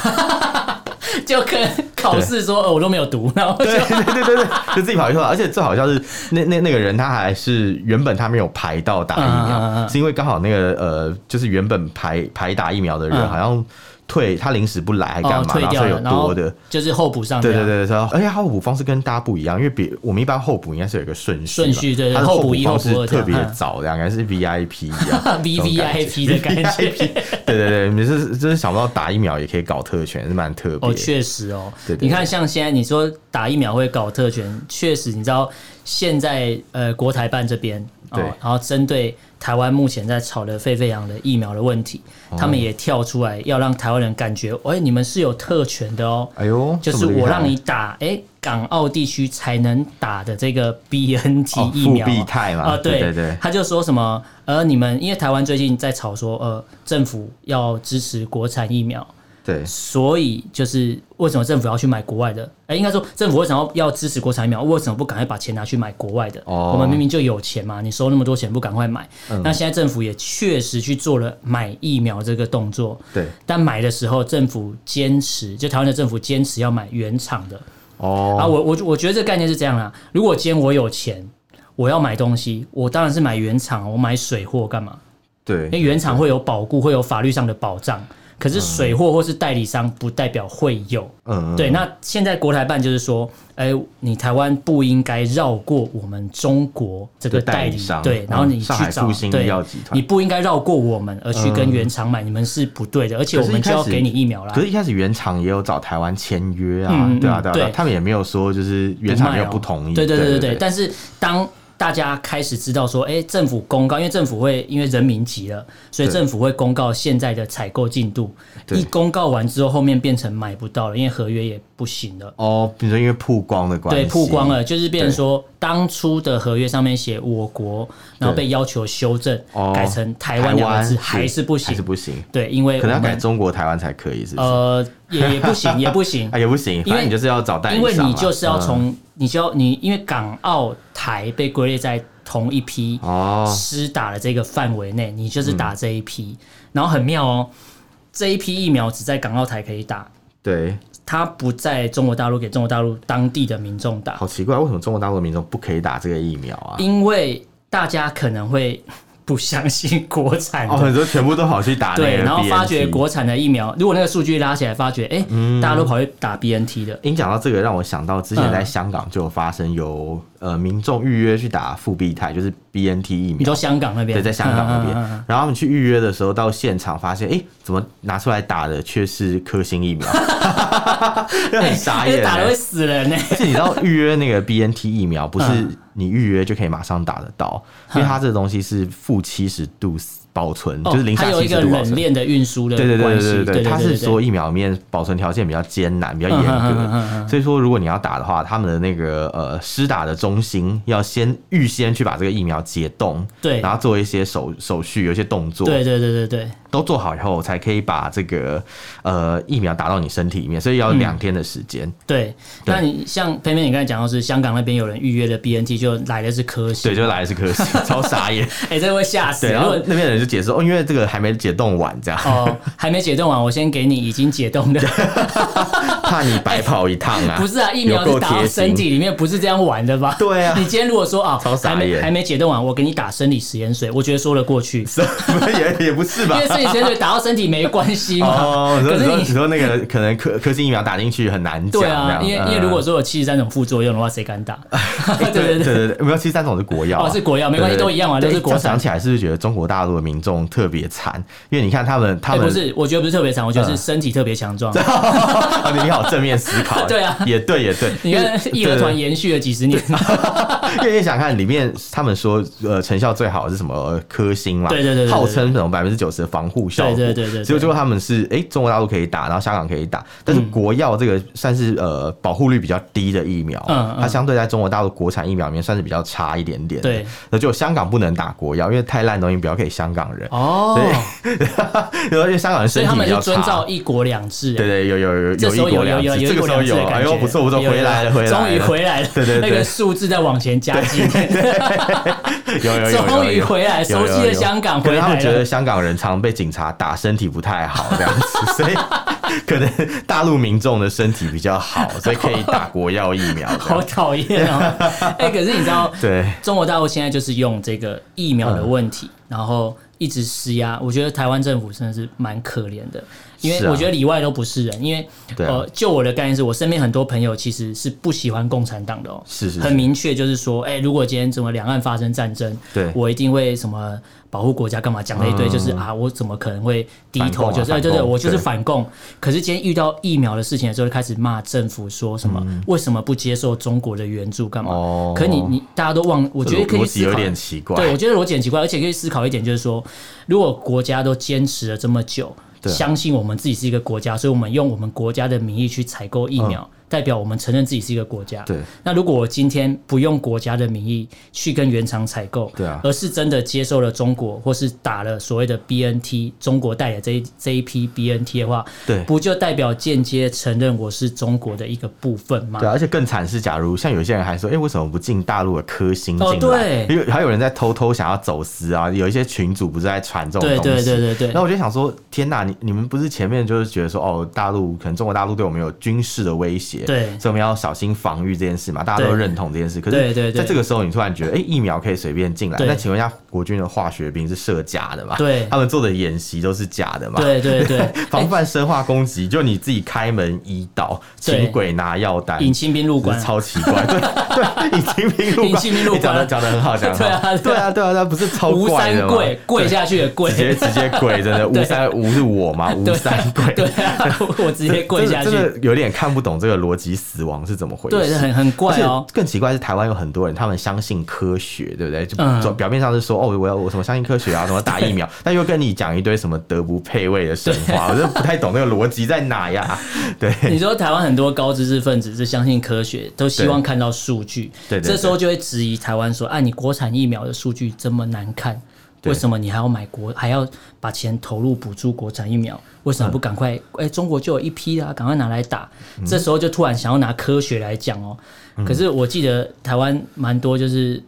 Speaker 2: 就跟考试说，哦，我都没有读，然 [laughs] 后就
Speaker 1: 对对对对对，就自己跑去偷打，而且最好笑是那那那个人他还是原本他没有排到打疫苗，
Speaker 2: 嗯嗯嗯嗯
Speaker 1: 是因为刚好那个呃，就是原本排排打疫苗的人
Speaker 2: 嗯
Speaker 1: 好像退，他临时不来还干
Speaker 2: 哦
Speaker 1: 嘛，
Speaker 2: 退掉了，
Speaker 1: 然
Speaker 2: 然
Speaker 1: 后
Speaker 2: 后啊
Speaker 1: 所以有多的。
Speaker 2: 就是候补上这
Speaker 1: 对
Speaker 2: 样
Speaker 1: 对。对，然后而且它候补方式跟大家不一样，因为别我们一般候补应该是有一个顺序嘛，
Speaker 2: 顺序对对
Speaker 1: 它的
Speaker 2: 候
Speaker 1: 候
Speaker 2: 补
Speaker 1: 补
Speaker 2: 一
Speaker 1: 方
Speaker 2: 候补
Speaker 1: 式
Speaker 2: 二
Speaker 1: 特别
Speaker 2: 这样嗯
Speaker 1: 早，两个人是 VIP
Speaker 2: [laughs]
Speaker 1: 一样
Speaker 2: VVIP 的感觉
Speaker 1: VVIP 对对对，你是真是想不到打疫苗也可以搞特权，是蛮特别的。
Speaker 2: 哦，确实哦，
Speaker 1: 对对对
Speaker 2: 你看像现在你说打疫苗会搞特权，确实你知道现在呃国台办这边哦
Speaker 1: 对，
Speaker 2: 然后针对台湾目前在吵得沸沸扬扬的疫苗的问题，
Speaker 1: 哦
Speaker 2: 他们也跳出来要让台湾人感觉，哎、你们是有特权的哦，
Speaker 1: 哎呦，
Speaker 2: 就
Speaker 1: 这
Speaker 2: 是
Speaker 1: 么厉害
Speaker 2: 我让你打，哎、港澳地区才能打的这个 BNT
Speaker 1: 哦
Speaker 2: 疫苗
Speaker 1: 复必泰嘛
Speaker 2: 啊、对
Speaker 1: 对对对
Speaker 2: 他就说什么，呃，你们因为台湾最近在吵说，呃，政府要支持国产疫苗，
Speaker 1: 对
Speaker 2: 所以就是为什么政府要去买国外的？哎、应该说政府为什么要要支持国产疫苗？为什么不赶快把钱拿去买国外的？
Speaker 1: 哦嗯
Speaker 2: 我们明明就有钱嘛，你收那么多钱不赶快买？那现在政府也确实去做了买疫苗这个动作，
Speaker 1: 对
Speaker 2: 但买的时候政府坚持，就台湾的政府坚持要买原厂的。
Speaker 1: 哦，
Speaker 2: 啊，我我我觉得这个概念是这样啦。如果今天我有钱，我要买东西，我当然是买原厂，我买水货干嘛？
Speaker 1: 对
Speaker 2: 因为原厂会有保固，会有法律上的保障。可是水货或是代理商不代表会有，
Speaker 1: 嗯
Speaker 2: 对。那现在国台办就是说，哎、你台湾不应该绕过我们中国这个
Speaker 1: 的代
Speaker 2: 代
Speaker 1: 理
Speaker 2: 理
Speaker 1: 商
Speaker 2: 对，然后
Speaker 1: 嗯
Speaker 2: 你去
Speaker 1: 上海
Speaker 2: 找
Speaker 1: 复兴医
Speaker 2: 对
Speaker 1: 药集，团
Speaker 2: 你不应该绕过我们而去跟
Speaker 1: 嗯
Speaker 2: 原厂买，你们是不对的，而且
Speaker 1: 可
Speaker 2: 我
Speaker 1: 是
Speaker 2: 们
Speaker 1: 一
Speaker 2: 就
Speaker 1: 开
Speaker 2: 要
Speaker 1: 始
Speaker 2: 给你疫苗啦
Speaker 1: 可。是，一开始原厂也有找台湾签约啊，
Speaker 2: 嗯嗯
Speaker 1: 对啊，对啊，
Speaker 2: 嗯
Speaker 1: 对啊
Speaker 2: 对
Speaker 1: 他们也没有说就是原厂没有不同意，
Speaker 2: 哦对
Speaker 1: 对
Speaker 2: 对对
Speaker 1: 对
Speaker 2: 对。但是当大家开始知道说，哎、政府公告，因为政府会因为人民急了，所以
Speaker 1: 对
Speaker 2: 政府会公告现在的采购进度。
Speaker 1: 对
Speaker 2: 一公告完之后，后面变成买不到了，因为合约也不行了。
Speaker 1: 哦，比如说因为曝光的关系，
Speaker 2: 对，曝光了，就是变成说，当初的合约上面写我国，然后
Speaker 1: 对
Speaker 2: 被要求修正，
Speaker 1: 哦，
Speaker 2: 改成台湾两个字，还是不
Speaker 1: 还
Speaker 2: 行
Speaker 1: 是。不行，
Speaker 2: 对，因为
Speaker 1: 可能
Speaker 2: 我
Speaker 1: 要改
Speaker 2: 们
Speaker 1: 中国台湾才可以，是不是？
Speaker 2: 呃也也不行，也
Speaker 1: [laughs]
Speaker 2: 不行
Speaker 1: 啊，，也不行，
Speaker 2: 因
Speaker 1: 反
Speaker 2: 为
Speaker 1: 正你就是要找代理
Speaker 2: 因
Speaker 1: 商嘛，
Speaker 2: 为你就是要
Speaker 1: 嗯
Speaker 2: 从你就要你，因为港澳台被归类在同一批
Speaker 1: 哦，嗯
Speaker 2: 施打的这个范围内，你就是打这一批，然后很妙哦，这一批疫苗只在港澳台可以打，
Speaker 1: 对，
Speaker 2: 它不在中国大陆给中国大陆当地的民众打
Speaker 1: 好，奇怪，为什么中国大陆的民众不可以打这个疫苗啊？
Speaker 2: 因为大家可能会 [laughs] 不相信国产的。
Speaker 1: 哦，很多全部都跑去打那个
Speaker 2: 对，然后发觉
Speaker 1: BNT
Speaker 2: 国产的疫苗，如果那个数据拉起来，发觉哎、
Speaker 1: 嗯
Speaker 2: 大家都跑去打 BNT 的，
Speaker 1: 您讲到这个，让我想到之前在
Speaker 2: 嗯
Speaker 1: 香港就有发生有、呃民众预约去打复必泰，就是 B N T 疫
Speaker 2: 你
Speaker 1: 苗
Speaker 2: 说，香港那边，
Speaker 1: 对，在香港那边。
Speaker 2: 嗯嗯嗯嗯
Speaker 1: 然后他们去预约的时候，到现场发现，哎、怎么拿出来打的却是科兴疫苗， [laughs] 就很傻
Speaker 2: 因为
Speaker 1: 眼、
Speaker 2: 嗯 [laughs] 哎打了会
Speaker 1: 欸。
Speaker 2: 死人呢、
Speaker 1: 而且你知道预约那个 B N T 疫苗，不是
Speaker 2: 嗯
Speaker 1: 你预约就可以马上打得到，因为它这个东西是负七十度保存，
Speaker 2: 哦
Speaker 1: 就是零
Speaker 2: 它
Speaker 1: 下
Speaker 2: 有一
Speaker 1: 七
Speaker 2: 个
Speaker 1: 十度保
Speaker 2: 冷
Speaker 1: 存。
Speaker 2: 链的运输的
Speaker 1: 对对对
Speaker 2: 关系，
Speaker 1: 对
Speaker 2: 对对，
Speaker 1: 它
Speaker 2: 对
Speaker 1: 是
Speaker 2: 对
Speaker 1: 所有疫苗里面保存条件比较艰难、比较严
Speaker 2: 嗯嗯嗯嗯
Speaker 1: 格，所以说如果你要打的话，他们的那个呃施打的中心要先预先去把这个疫苗解冻，
Speaker 2: 对
Speaker 1: 然后做一些手手续，有一些动作，
Speaker 2: 对对对对对，
Speaker 1: 都做好以后，才可以把这个呃疫苗打到你身体里面，所以要两天的时间。
Speaker 2: 对，那你像偏偏你刚才讲到是香港那边有人预约的 BNT，就来的是科
Speaker 1: 对，
Speaker 2: 兴，
Speaker 1: 就来的是科兴，超傻
Speaker 2: [laughs]
Speaker 1: 眼。
Speaker 2: 哎、这会吓死。
Speaker 1: 对，
Speaker 2: 如
Speaker 1: 然后
Speaker 2: 果
Speaker 1: 那边的人就解释哦，因为这个还没解冻完，这样
Speaker 2: 哦，还没解冻完，我先给你已经解冻的。 [laughs]
Speaker 1: 怕你白跑一趟啊。
Speaker 2: 不是啊，疫苗
Speaker 1: 有
Speaker 2: 是
Speaker 1: 够
Speaker 2: 打到
Speaker 1: 贴心
Speaker 2: 身体里面，不是这样玩的吧？
Speaker 1: 对啊
Speaker 2: 你今天如果说啊，
Speaker 1: 超傻
Speaker 2: 还没
Speaker 1: 眼
Speaker 2: 还没解冻完，我给你打生理食盐水，我觉得说得过去，
Speaker 1: [laughs] 也也不是吧？
Speaker 2: 因为生理食盐水打到身体没关系嘛。 [laughs]
Speaker 1: 哦，你说
Speaker 2: 可
Speaker 1: 你
Speaker 2: 是
Speaker 1: 说
Speaker 2: 你
Speaker 1: 你说那个可能科科技疫苗打进去很难讲，
Speaker 2: 对
Speaker 1: 这
Speaker 2: 啊，
Speaker 1: 样
Speaker 2: 因为因为如果说有七十三种副作用的话，谁敢
Speaker 1: [laughs]
Speaker 2: 打？对
Speaker 1: 嗯
Speaker 2: 对
Speaker 1: 对
Speaker 2: 对，
Speaker 1: 对对，没有，其实三种是国药啊，
Speaker 2: 哦是国药没关系
Speaker 1: 对对
Speaker 2: 都一样啊
Speaker 1: 对
Speaker 2: 都是国
Speaker 1: 这样
Speaker 2: 产
Speaker 1: 想起来是不是觉得中国大陆的民众特别惨？因为你看他们他
Speaker 2: 哎，不
Speaker 1: 们
Speaker 2: 是，我觉得不是特别长，我觉得是
Speaker 1: 嗯
Speaker 2: 身体特别强壮。
Speaker 1: 哦你好正面思考，
Speaker 2: [laughs] 对啊
Speaker 1: 也对也对，
Speaker 2: 你看义和团延续了几十年， [laughs]
Speaker 1: 因为你想看里面他们说呃成效最好的是什么呃科兴嘛，
Speaker 2: 对对对对对
Speaker 1: 号称什么百分之九十的防护效果，
Speaker 2: 对对对对对
Speaker 1: 结果最后他们是哎中国大陆可以打，然后香港可以打，但是国药这个算是呃保护率比较低的疫苗，
Speaker 2: 嗯嗯
Speaker 1: 它相对在中国大陆国产疫苗里面算是比较差一点点，
Speaker 2: 对，
Speaker 1: 那就香港不能打国药，因为太烂的东西不要给香港人，
Speaker 2: 哦，
Speaker 1: 因为香港人
Speaker 2: 所
Speaker 1: 身
Speaker 2: 以他
Speaker 1: 体
Speaker 2: 们
Speaker 1: 比
Speaker 2: 是
Speaker 1: 较
Speaker 2: 遵照
Speaker 1: 差。
Speaker 2: 一国两制。哎
Speaker 1: 对对，有有有
Speaker 2: 这
Speaker 1: 有
Speaker 2: 时候
Speaker 1: 一国
Speaker 2: 有有
Speaker 1: 两
Speaker 2: 有
Speaker 1: 制，
Speaker 2: 有
Speaker 1: 这
Speaker 2: 一
Speaker 1: 个
Speaker 2: 国
Speaker 1: 时候
Speaker 2: 两制
Speaker 1: 有
Speaker 2: 的
Speaker 1: 了，哎
Speaker 2: 感觉，
Speaker 1: 呦不错不错，
Speaker 2: 有
Speaker 1: 回来了回来了，
Speaker 2: 终于回来了，
Speaker 1: 对对对
Speaker 2: 那个数字在往前加几年，
Speaker 1: 有有有有有
Speaker 2: [laughs] 终于回来，
Speaker 1: 有有
Speaker 2: 熟
Speaker 1: 有
Speaker 2: 悉的香港
Speaker 1: 可
Speaker 2: 回
Speaker 1: 能他
Speaker 2: 来
Speaker 1: 们觉
Speaker 2: 了
Speaker 1: 得。香港人常被警察打，身体不太好这样子，所以可能大陆民众的身体比较好，所以可以打国药疫苗这
Speaker 2: [laughs] 好
Speaker 1: 样。
Speaker 2: 讨厌
Speaker 1: [laughs]
Speaker 2: 哦！哎，可是你知道，
Speaker 1: 对，嗯
Speaker 2: 中国大陆现在就是用这个疫苗的问题，然后一直施压。我觉得台湾政府真的是蛮可怜的，因
Speaker 1: 是
Speaker 2: 为
Speaker 1: 啊
Speaker 2: 我觉得里外都不是人，因为、
Speaker 1: 对啊
Speaker 2: 呃，就我的概念是我身边很多朋友其实是不喜欢共产党的哦、
Speaker 1: 是是是
Speaker 2: 很明确就是说，哎、如果今天怎么两岸发生战争，
Speaker 1: 对嗯
Speaker 2: 我一定会什么保护国家干嘛讲了一堆，就是、啊，我怎么可能会低
Speaker 1: 反共
Speaker 2: 头，
Speaker 1: 啊
Speaker 2: 就是、哎
Speaker 1: 反
Speaker 2: 对对对，
Speaker 1: 共
Speaker 2: 我就是
Speaker 1: 对
Speaker 2: 反共。可是今天遇到疫苗的事情的时候，就开始骂政府说什么、为什么不接受中国的援助干嘛？
Speaker 1: 嗯哦
Speaker 2: 可你你大家都忘，我觉得可以
Speaker 1: 逻辑
Speaker 2: 思
Speaker 1: 有
Speaker 2: 考。
Speaker 1: 点奇怪。
Speaker 2: 对，我觉得逻辑很奇怪，而且可以思考一点，就是说，如果国家都坚持了这么久，
Speaker 1: 对啊
Speaker 2: 相信我们自己是一个国家，所以我们用我们国家的名义去采购疫苗，代表我们承认自己是一个国家。
Speaker 1: 嗯对。
Speaker 2: 那如果我今天不用国家的名义去跟原厂采购，
Speaker 1: 对啊
Speaker 2: 而是真的接受了中国或是打了所谓的 BNT 中国带的这一这一批 BNT 的话，
Speaker 1: 对
Speaker 2: 不就代表间接承认我是中国的一个部分吗？
Speaker 1: 对啊，而且更惨是，假如像有些人还说，哎、为什么不进大陆的科兴进来？
Speaker 2: 哦对
Speaker 1: 因为还有人在偷偷想要走私啊，有一些群主不是在传这种东西。
Speaker 2: 对对对对对
Speaker 1: 然后我就想说，天哪，你你们不是前面就是觉得说，哦，大陆可能中国大陆对我们有军事的威胁，
Speaker 2: 对
Speaker 1: 所以我们要小心防御这件事嘛，大家都
Speaker 2: 对
Speaker 1: 认同这件事。可
Speaker 2: 对
Speaker 1: 是，
Speaker 2: 对对
Speaker 1: 在这个时候，你突然觉得，哎、疫苗可以随便进来，
Speaker 2: 对
Speaker 1: 那请问一下，国军的化学兵是设假的嘛？
Speaker 2: 对
Speaker 1: 他们做的演习都是假的嘛？
Speaker 2: 对对对，
Speaker 1: [laughs] 防范生化攻击，就你自己开门医导，
Speaker 2: 对
Speaker 1: 请鬼拿药单，
Speaker 2: 引清兵入啊
Speaker 1: 不
Speaker 2: 关
Speaker 1: 是。超奇怪，
Speaker 2: [laughs]
Speaker 1: 对对，尹清平入关，
Speaker 2: 尹清平入关
Speaker 1: 你讲的讲的很好，讲的
Speaker 2: 对啊
Speaker 1: 对
Speaker 2: 对
Speaker 1: 啊，
Speaker 2: 啊
Speaker 1: 对啊，那不是超
Speaker 2: 吴
Speaker 1: 怪
Speaker 2: 三
Speaker 1: 的吗？
Speaker 2: 跪跪下去的跪，
Speaker 1: 直接直接跪，真的吴
Speaker 2: 对
Speaker 1: 三吴是我吗？吴
Speaker 2: 对
Speaker 1: 三跪，
Speaker 2: 对啊，我直接跪下去
Speaker 1: 真，的真的有点看不懂这个逻辑死亡是怎么回事，
Speaker 2: 对，很很
Speaker 1: 而
Speaker 2: 怪
Speaker 1: 且
Speaker 2: 哦。
Speaker 1: 更奇怪是，台湾有很多人，他们相信科学，对不对？
Speaker 2: 嗯
Speaker 1: 就表面上是说，哦，我要我什么相信科学啊，什么打疫苗， [laughs] 但又跟你讲一堆什么德不配位的神话，我真的不太懂那个逻辑在哪呀？对，
Speaker 2: 你说台湾很多高知识分子是相信科学，都希望看到数据，
Speaker 1: 对对对
Speaker 2: 这时候就会质疑台湾说：“啊，你国产疫苗的数据这么难看，
Speaker 1: 对
Speaker 2: 为什么你还要买国，还要把钱投入补助国产疫苗？为什么
Speaker 1: 嗯
Speaker 2: 不赶快？哎、中国就有一批啊，赶快拿来打。这时候就突然想要拿科学来讲哦。
Speaker 1: 嗯
Speaker 2: 可是我记得台湾蛮多就是。 [laughs]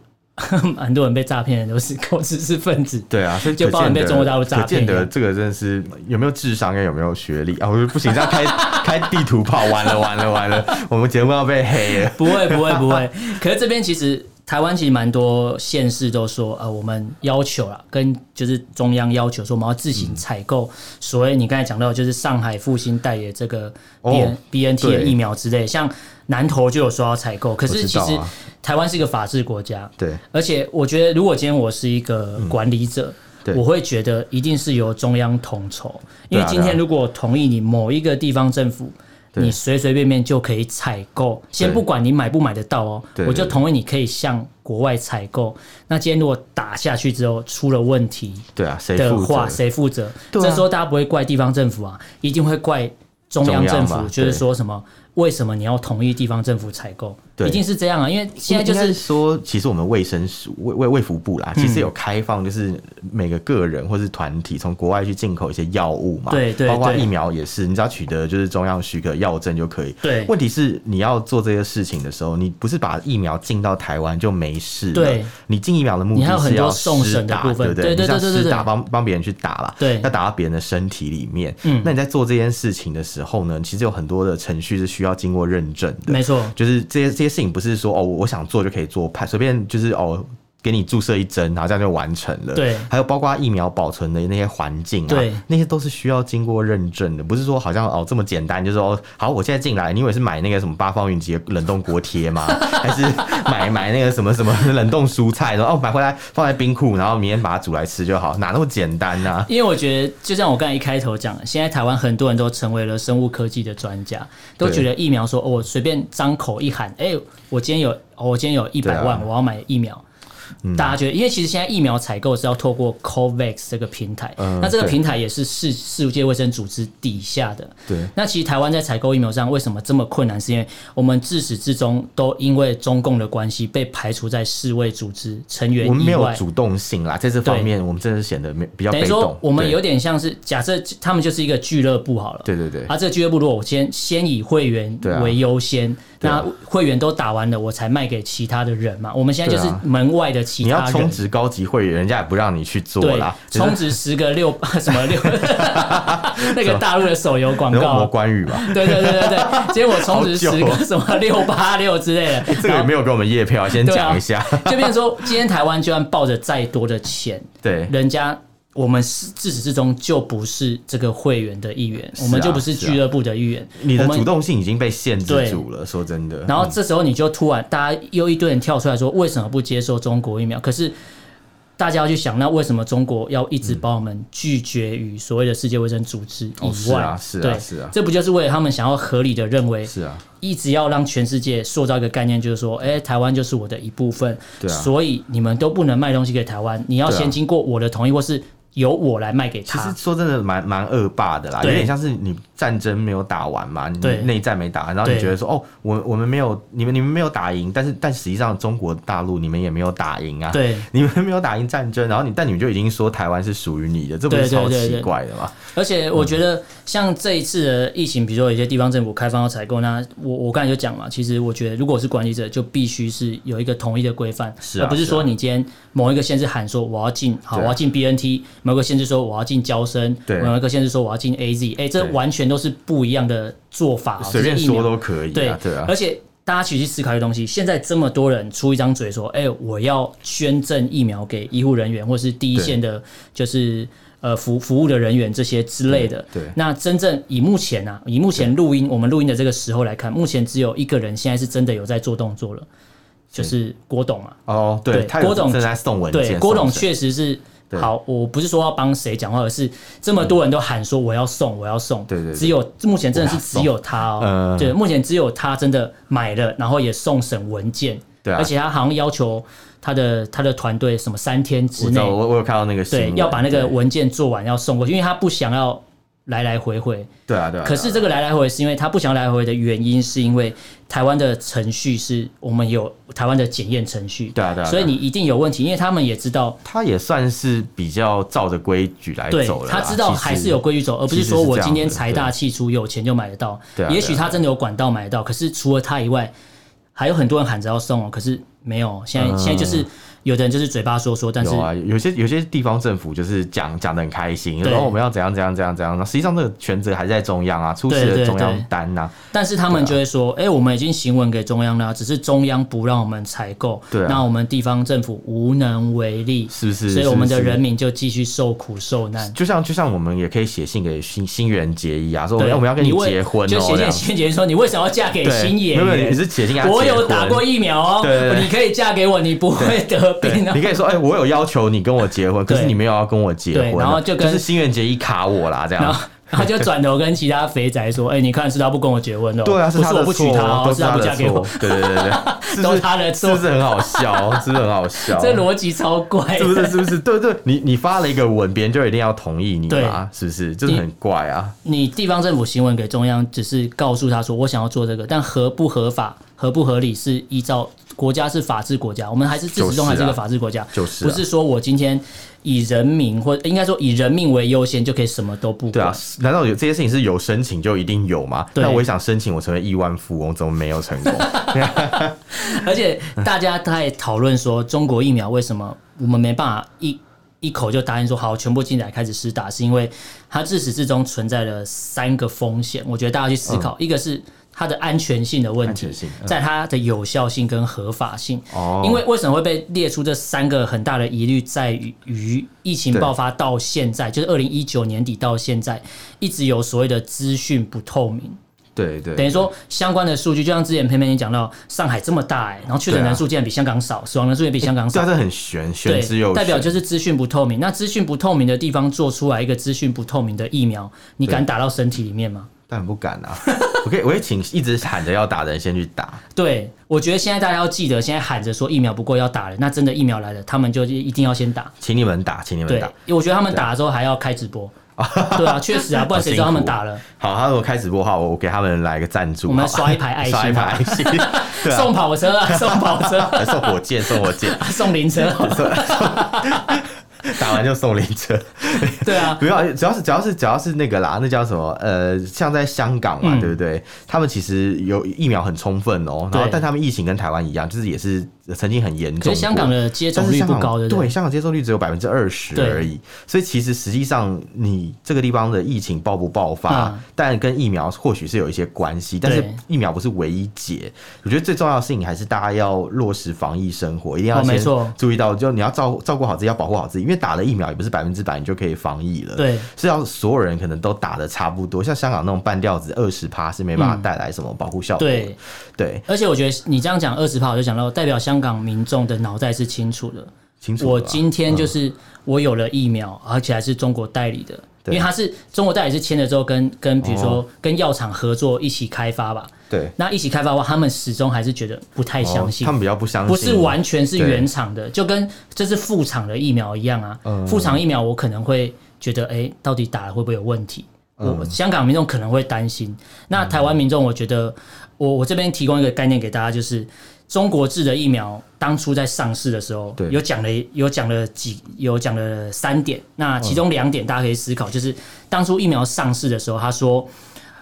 Speaker 2: 蛮多人被诈骗的都是高知识分子，
Speaker 1: 对啊，所以
Speaker 2: 就
Speaker 1: 可
Speaker 2: 包含
Speaker 1: 见
Speaker 2: 被
Speaker 1: 得
Speaker 2: 中国大陆诈
Speaker 1: 可见
Speaker 2: 骗啊一
Speaker 1: 得
Speaker 2: 样。
Speaker 1: 这个真的是有没有智商跟有没有学历啊？我说不行，这样开开地图炮，完了完了完了，我们节目要被黑了。
Speaker 2: 不会不会不会。可是这边其实台湾其实蛮多县市都说，呃，我们要求啦，跟就是中央要求说，我们要自
Speaker 1: 嗯
Speaker 2: 行采购，所谓你刚才讲到就是上海复兴代理这个 B
Speaker 1: 哦
Speaker 2: N、B N T 的
Speaker 1: 对
Speaker 2: 疫苗之类，像南投就有说要采购，可
Speaker 1: 我
Speaker 2: 是
Speaker 1: 知
Speaker 2: 其
Speaker 1: 道
Speaker 2: 实
Speaker 1: 啊
Speaker 2: 台湾是一个法治国家，
Speaker 1: 对，
Speaker 2: 而且我觉得，如果今天我是一个管理者。
Speaker 1: 嗯对
Speaker 2: 我会觉得一定是由中央统筹，因
Speaker 1: 对
Speaker 2: 为
Speaker 1: 啊
Speaker 2: 今
Speaker 1: 对啊
Speaker 2: 天如果同意你某一个地方政府，
Speaker 1: 对
Speaker 2: 你随随便便就可以采购，先
Speaker 1: 对
Speaker 2: 不管你买不买得到哦
Speaker 1: 对，对
Speaker 2: 我就同意你可以向国外采购。那今天如果打下去之后出了问题
Speaker 1: 对啊，谁
Speaker 2: 的
Speaker 1: 负责
Speaker 2: 话，？谁负责？
Speaker 1: 对啊
Speaker 2: 这时候大家不会怪地方政府啊，一定会怪中央政
Speaker 1: 中央
Speaker 2: 府，
Speaker 1: 嘛
Speaker 2: 就是
Speaker 1: 对
Speaker 2: 说什么为什么你要同意地方政府采购？
Speaker 1: 对
Speaker 2: 一定是这样啊，因为现在就
Speaker 1: 应该
Speaker 2: 是
Speaker 1: 说，其实我们卫生署卫卫卫福部啦，
Speaker 2: 嗯
Speaker 1: 其实有开放，就是每个个人或是团体从国外去进口一些药物嘛，
Speaker 2: 对对
Speaker 1: 包括
Speaker 2: 对
Speaker 1: 疫苗也是，你只要取得就是中央许可药证就可以。
Speaker 2: 对
Speaker 1: 问题是你要做这些事情的时候，你不是把疫苗进到台湾就没事了，
Speaker 2: 对，
Speaker 1: 你进疫苗的目
Speaker 2: 你还有
Speaker 1: 的
Speaker 2: 很
Speaker 1: 是要
Speaker 2: 多送
Speaker 1: 施
Speaker 2: 审的
Speaker 1: 打
Speaker 2: 部
Speaker 1: 对
Speaker 2: 分
Speaker 1: 不
Speaker 2: 对对
Speaker 1: 你是要
Speaker 2: 对对对
Speaker 1: 施打
Speaker 2: 对
Speaker 1: 帮帮别人去打啦，
Speaker 2: 对
Speaker 1: 要打到别人的身体里面。
Speaker 2: 嗯
Speaker 1: 那你在做这件事情的时候呢，其实有很多的程序是需要经过认证的，
Speaker 2: 没错，
Speaker 1: 就是这些这些事情不是说哦，我想做就可以做，派随便就是哦。给你注射一针，然后这样就完成了。
Speaker 2: 对
Speaker 1: 还有包括疫苗保存的那些环境啊，
Speaker 2: 对
Speaker 1: 那些都是需要经过认证的，不是说好像哦这么简单，就是说、哦、好，我现在进来，你以为是买那个什么八方云集的冷冻锅贴吗？ [laughs] 还是买买那个什么什么冷冻蔬菜，然后哦买回来放在冰库，然后明天把它煮来吃就好，哪那么简单呢、啊
Speaker 2: 因为我觉得，就像我刚才一开头讲的，现在台湾很多人都成为了生物科技的专家，都
Speaker 1: 对
Speaker 2: 觉得疫苗说，哦，我随便张口一喊，哎、我今天有，哦我今天有一百万，
Speaker 1: 对啊嗯
Speaker 2: 我要买疫苗。大家觉得，因为其实现在疫苗采购是要透过 COVAX 这个平台，
Speaker 1: 嗯
Speaker 2: 那这个
Speaker 1: 对
Speaker 2: 平台也是世世界卫生组织底下的。
Speaker 1: 对
Speaker 2: 那其实台湾在采购疫苗上为什么这么困难？是因为我们自始至终都因为中共的关系被排除在世卫组织成员以外。
Speaker 1: 我们没有主动性啦，在这方
Speaker 2: 对
Speaker 1: 面我们真的是显得没比较
Speaker 2: 等于
Speaker 1: 被
Speaker 2: 说
Speaker 1: 动。，
Speaker 2: 我们
Speaker 1: 对
Speaker 2: 有点像是假设他们就是一个俱乐部好了。
Speaker 1: 对对对
Speaker 2: 啊，这个俱乐部如果我先先以会员
Speaker 1: 对啊
Speaker 2: 为优先，
Speaker 1: 对啊
Speaker 2: 那会员都打完了，我才卖给其他的人嘛。我们现在就
Speaker 1: 对
Speaker 2: 是
Speaker 1: 啊
Speaker 2: 门外的其
Speaker 1: 你要
Speaker 2: 他
Speaker 1: 充
Speaker 2: 人。
Speaker 1: 值高级会员，人家也不让你去做
Speaker 2: 对
Speaker 1: 啦，，就是
Speaker 2: 充值十个六 [laughs] 什
Speaker 1: [laughs]
Speaker 2: 么六，那个大陆的手游广
Speaker 1: 能有魔
Speaker 2: 告，
Speaker 1: 关羽吧？
Speaker 2: [laughs] 对对对对对，结果我充值十
Speaker 1: 好久哦
Speaker 2: 个什么六八六之类的，
Speaker 1: 这个也没有给我们叶票，先
Speaker 2: 对啊
Speaker 1: 讲一下。
Speaker 2: 就变成说，今天台湾就算抱着再多的钱，
Speaker 1: 对
Speaker 2: 人家。我们是自始至终就不是这个会员的一员，
Speaker 1: 是啊
Speaker 2: 我们就不是
Speaker 1: 是啊
Speaker 2: 俱乐部的一员。
Speaker 1: 你的
Speaker 2: 我们
Speaker 1: 主动性已经被限制
Speaker 2: 对
Speaker 1: 住了。说真的，嗯
Speaker 2: 然后这时候你就突然，大家又一堆人跳出来说，为什么不接受中国疫苗？可是大家要去想，那为什么中国要一直把我们拒绝于所谓的世界卫生组织
Speaker 1: 哦
Speaker 2: 以
Speaker 1: 是
Speaker 2: 外？
Speaker 1: 啊是啊
Speaker 2: 对
Speaker 1: 是啊
Speaker 2: 这不就是为了他们想要合理的认为，
Speaker 1: 是啊，
Speaker 2: 一直要让全世界塑造一个概念，就是说，哎、台湾就是我的一部分，
Speaker 1: 对啊
Speaker 2: 所以你们都不能卖东西给台湾，你要
Speaker 1: 对啊
Speaker 2: 先经过我的同意，或是由我来卖给
Speaker 1: 其实
Speaker 2: 他。
Speaker 1: 说真的，蛮蛮恶霸的啦，有
Speaker 2: 对
Speaker 1: 点像是你战争没有打完嘛，你
Speaker 2: 对
Speaker 1: 内战没打完，然后你
Speaker 2: 对
Speaker 1: 觉得说哦，我我们没有你们你们没有打赢，但是但实际上中国大陆你们也没有打赢啊，，
Speaker 2: 对，
Speaker 1: 你们没有打赢战争，然后你但你们就已经说台湾是属于你的，这不是
Speaker 2: 对对
Speaker 1: 超
Speaker 2: 对
Speaker 1: 奇
Speaker 2: 对
Speaker 1: 怪的吗？
Speaker 2: 而且我觉得像这一次的疫情，比如说有些地方政府开放要采购，那我我刚才就讲嘛，其实我觉得如果是管理者，就必须是有一个统一的规范，
Speaker 1: 是啊
Speaker 2: 而不是
Speaker 1: 是
Speaker 2: 说
Speaker 1: 啊
Speaker 2: 你今天某一个县市喊说我要进，好，
Speaker 1: 对
Speaker 2: 我要进 BNT，某个县市说我要进交生，
Speaker 1: 对
Speaker 2: 某一个县市说我要进 AZ，哎、这
Speaker 1: 对
Speaker 2: 完全都是不一样的做法，哦
Speaker 1: 随便
Speaker 2: 这是疫苗
Speaker 1: 说都可以
Speaker 2: 对
Speaker 1: 啊，对啊
Speaker 2: 而，且大家一起去思考一个东西，现在这么多人出一张嘴说，哎、我要捐赠疫苗给医护人员或是第一
Speaker 1: 对
Speaker 2: 线的，就是呃服服务的人员这些之类的。
Speaker 1: 对对
Speaker 2: 那真正以目前啊，以目前录音我们录音的这个时候来看，目前只有一个人现在是真的有在做动作了，就是郭董啊。
Speaker 1: 哦，对，
Speaker 2: 对
Speaker 1: 他有
Speaker 2: 郭董
Speaker 1: 正在送文
Speaker 2: 对，
Speaker 1: 件，
Speaker 2: 郭董
Speaker 1: 送
Speaker 2: 确实是
Speaker 1: 对。
Speaker 2: 好，我不是说要帮谁讲话，而是这么多人都喊说我要送，我要送。
Speaker 1: 对对对
Speaker 2: 只有目前真的是只有他
Speaker 1: 我要送
Speaker 2: 哦
Speaker 1: 嗯，
Speaker 2: 对，目前只有他真的买了，然后也送审文件。
Speaker 1: 对啊
Speaker 2: 而且他好像要求他的他的团队什么三天之
Speaker 1: 我知
Speaker 2: 内
Speaker 1: 道，我我有看到那个新
Speaker 2: 对
Speaker 1: 闻，
Speaker 2: 要把那个
Speaker 1: 对
Speaker 2: 文件做完要送过去，因为他不想要来来回回。
Speaker 1: 对啊对啊，
Speaker 2: 可是
Speaker 1: 对啊
Speaker 2: 这个来来回回是因为他不想来来回回的原因，是因为台湾的程序是我们有台湾的检验程序，
Speaker 1: 对啊对啊对啊
Speaker 2: 所以你一定有问题，因为他们也知道
Speaker 1: 他也算是比较照着规矩来
Speaker 2: 对
Speaker 1: 走，了啦，
Speaker 2: 他知道
Speaker 1: 其实
Speaker 2: 还是有规矩走，而不是
Speaker 1: 其实是
Speaker 2: 说我
Speaker 1: 这样
Speaker 2: 今天
Speaker 1: 的
Speaker 2: 财
Speaker 1: 对
Speaker 2: 大气粗，有钱就买得到。
Speaker 1: 对啊
Speaker 2: 也许
Speaker 1: 对啊
Speaker 2: 他真的有管道买得到，可是除了他以外，还有很多人喊着要送哦，可是没有。现在、
Speaker 1: 嗯
Speaker 2: 现在就是有的人就是嘴巴说说，但是
Speaker 1: 有啊，有些有些地方政府就是讲讲的很开心，
Speaker 2: 对
Speaker 1: 然后我们要怎样怎样怎样怎样，那实际上这个权责还是在中央啊，出
Speaker 2: 对
Speaker 1: 示了
Speaker 2: 对
Speaker 1: 中央
Speaker 2: 对
Speaker 1: 单啊呐、
Speaker 2: 但是他们就会说，哎、我们已经行文给中央了，啊只是中央不让我们采购，
Speaker 1: 对啊
Speaker 2: 那我们地方政府无能为力，
Speaker 1: 是不是？
Speaker 2: 所以我们的
Speaker 1: 是不是
Speaker 2: 人民就继续受苦受难。
Speaker 1: 就像就像我们也可以写信给新新垣结衣啊，说我们，
Speaker 2: 对
Speaker 1: 要我们要跟
Speaker 2: 你为
Speaker 1: 结婚哦、
Speaker 2: 就写
Speaker 1: 这
Speaker 2: 信
Speaker 1: 样
Speaker 2: 新姐说，你为什么要嫁给
Speaker 1: 对
Speaker 2: 新演
Speaker 1: 没有没有，
Speaker 2: 员？
Speaker 1: 你是写信给他
Speaker 2: 我
Speaker 1: 结
Speaker 2: 有
Speaker 1: 婚
Speaker 2: 打过疫苗哦，
Speaker 1: 对对对
Speaker 2: 你可以嫁给我，你不会得 [laughs] 病
Speaker 1: 对，
Speaker 2: 啊
Speaker 1: 你。可以说，哎、我有要求你跟我结婚，可是
Speaker 2: 对
Speaker 1: 你没有要跟我结婚啊、
Speaker 2: 对然后就跟
Speaker 1: 是新垣结衣卡我啦，这
Speaker 2: 然
Speaker 1: 样
Speaker 2: 后，然后就转头跟其他肥宅说：“哎、你看是他不跟我结婚哦，
Speaker 1: 对啊，
Speaker 2: 不
Speaker 1: 他
Speaker 2: 是我
Speaker 1: 的
Speaker 2: 不娶
Speaker 1: 错
Speaker 2: 她
Speaker 1: 哦，
Speaker 2: 哦，
Speaker 1: 都
Speaker 2: 她
Speaker 1: 他
Speaker 2: 不
Speaker 1: 的
Speaker 2: 嫁给
Speaker 1: 错
Speaker 2: 我，，
Speaker 1: 对对对对，是不
Speaker 2: 都
Speaker 1: 是
Speaker 2: 他的
Speaker 1: 是不
Speaker 2: 错。
Speaker 1: 是很好笑？是不是很好笑？
Speaker 2: [laughs] [laughs] 这逻辑超怪
Speaker 1: 是不是？
Speaker 2: 的。
Speaker 1: 是不是？对对，你你发了一个文，别人就一定要同意你
Speaker 2: 对
Speaker 1: 嘛？是不是？就是很怪啊。
Speaker 2: [laughs] 你地方政府新闻给中央，只是告诉他说我想要做这个，但合不合法、合不合理是依照国家是法治国家，我们还是自始终还是一
Speaker 1: 就是
Speaker 2: 个
Speaker 1: 啊
Speaker 2: 法治国家，
Speaker 1: 就是啊
Speaker 2: 不是说我今天以人民或应该说以人民为优先就可以什么都不
Speaker 1: 对啊
Speaker 2: 管？，
Speaker 1: 难道有这些事情是有申请就一定有吗？
Speaker 2: 对
Speaker 1: 那我也想申请，我成为亿万富翁，怎么没有成
Speaker 2: [laughs]
Speaker 1: 功？
Speaker 2: 而且大家在讨论说，中国疫苗为什么我们没办法一一口就答应说好全部进来开始施打，是因为它自始至终存在了三个风险。我觉得大家去思考，一个是它的安全性的问
Speaker 1: 嗯安
Speaker 2: 题
Speaker 1: 全性，嗯
Speaker 2: 在它的有效性跟合法性。
Speaker 1: 哦
Speaker 2: 因为为什么会被列出这三个很大的疑虑，在于于疫情
Speaker 1: 对
Speaker 2: 爆发到现在，就是二零一九年底到现在，一直有所谓的资讯不透明。
Speaker 1: 对对，
Speaker 2: 等于说相关的数据，就像之前偏偏你讲到，上海这么大哎、然后确诊
Speaker 1: 对啊
Speaker 2: 人数竟然比香港少，死亡人数也比香港
Speaker 1: 对
Speaker 2: 少
Speaker 1: 啊，，这很玄，玄
Speaker 2: 对
Speaker 1: 之又，玄，
Speaker 2: 代表就是资讯不透明。那资讯不透明的地方做出来一个资讯不透明的疫苗，你敢打到身体里面吗？
Speaker 1: [laughs] 但不敢啊。我可以，我也请一直喊着要打的人先去打。
Speaker 2: 对，我觉得现在大家要记得，现在喊着说疫苗不够要打了，那真的疫苗来了，他们就一定要先打。
Speaker 1: 请你们打，请你们
Speaker 2: 对
Speaker 1: 打。，
Speaker 2: 因为我觉得他们打了之后还要开直播。对啊，确
Speaker 1: [laughs]
Speaker 2: 实啊，不然谁知道他们打了？
Speaker 1: 好，他如果开直播的话，我给他们来个赞助，
Speaker 2: 我们
Speaker 1: 好
Speaker 2: 刷一排爱心
Speaker 1: 刷一排爱心， [laughs] 对啊
Speaker 2: 送跑
Speaker 1: [laughs]
Speaker 2: 车啊，送跑车，
Speaker 1: 还送火箭，送火箭， [laughs]
Speaker 2: 送灵车，
Speaker 1: 打完就送灵车。
Speaker 2: 对啊，
Speaker 1: 不要，只要是只要是只要是那个啦，那叫什么？呃，像在香港嘛，
Speaker 2: 嗯
Speaker 1: 对不对？他们其实有疫苗很充分哦、然后
Speaker 2: 对
Speaker 1: 但他们疫情跟台湾一样，就是也是曾经很严重
Speaker 2: 可
Speaker 1: 过。
Speaker 2: 是香港的接
Speaker 1: 但
Speaker 2: 种
Speaker 1: 是
Speaker 2: 率
Speaker 1: 香
Speaker 2: 不
Speaker 1: 港
Speaker 2: 高的，
Speaker 1: 对，香港接种率只有百分之二十
Speaker 2: 对
Speaker 1: 而已。所以其实实际上，你这个地方的疫情爆不爆发，
Speaker 2: 嗯
Speaker 1: 但跟疫苗或许是有一些关系，但是
Speaker 2: 对
Speaker 1: 疫苗不是唯一解。我觉得最重要的事情还是大家要落实防疫生活，一定要
Speaker 2: 哦没
Speaker 1: 先
Speaker 2: 错
Speaker 1: 注意到，就你要照照顾好自己，要保护好自己，因为打了疫苗也不是百分之百你就可以防疫了。。
Speaker 2: 对
Speaker 1: 是要所有人可能都打的差不多，像香港那种半吊子二十趴是没办法
Speaker 2: 嗯
Speaker 1: 带来什么保护效果的。
Speaker 2: 对。
Speaker 1: 对，
Speaker 2: 而且我觉得你这样讲二十趴，我就想到代表香港民众的脑袋是清楚的。
Speaker 1: 清楚了吧。啊嗯
Speaker 2: 我今天就是我有了疫苗，而且还是中国代理的，因
Speaker 1: 对
Speaker 2: 为它是中国代理是签了之后跟跟比如说
Speaker 1: 哦
Speaker 2: 跟药厂合作一起开发吧。
Speaker 1: 对
Speaker 2: 那一起开发的话，他们始终还是觉得不太相
Speaker 1: 哦
Speaker 2: 信
Speaker 1: 他。们比较不相信，
Speaker 2: 不是完全是
Speaker 1: 对嗯
Speaker 2: 原厂的，就跟这是副厂的疫苗一样啊。副厂疫苗我可能会觉得，哎、到底打了会不会有问题？
Speaker 1: 嗯
Speaker 2: 我香港民众可能会担心。那台湾民众，我觉得我我这边提供一个概念给大家，就是中国制的疫苗当初在上市的时候，
Speaker 1: 对
Speaker 2: 有讲了有讲了几有讲了三点，那其中
Speaker 1: 嗯
Speaker 2: 两点大家可以思考，就是当初疫苗上市的时候，他说。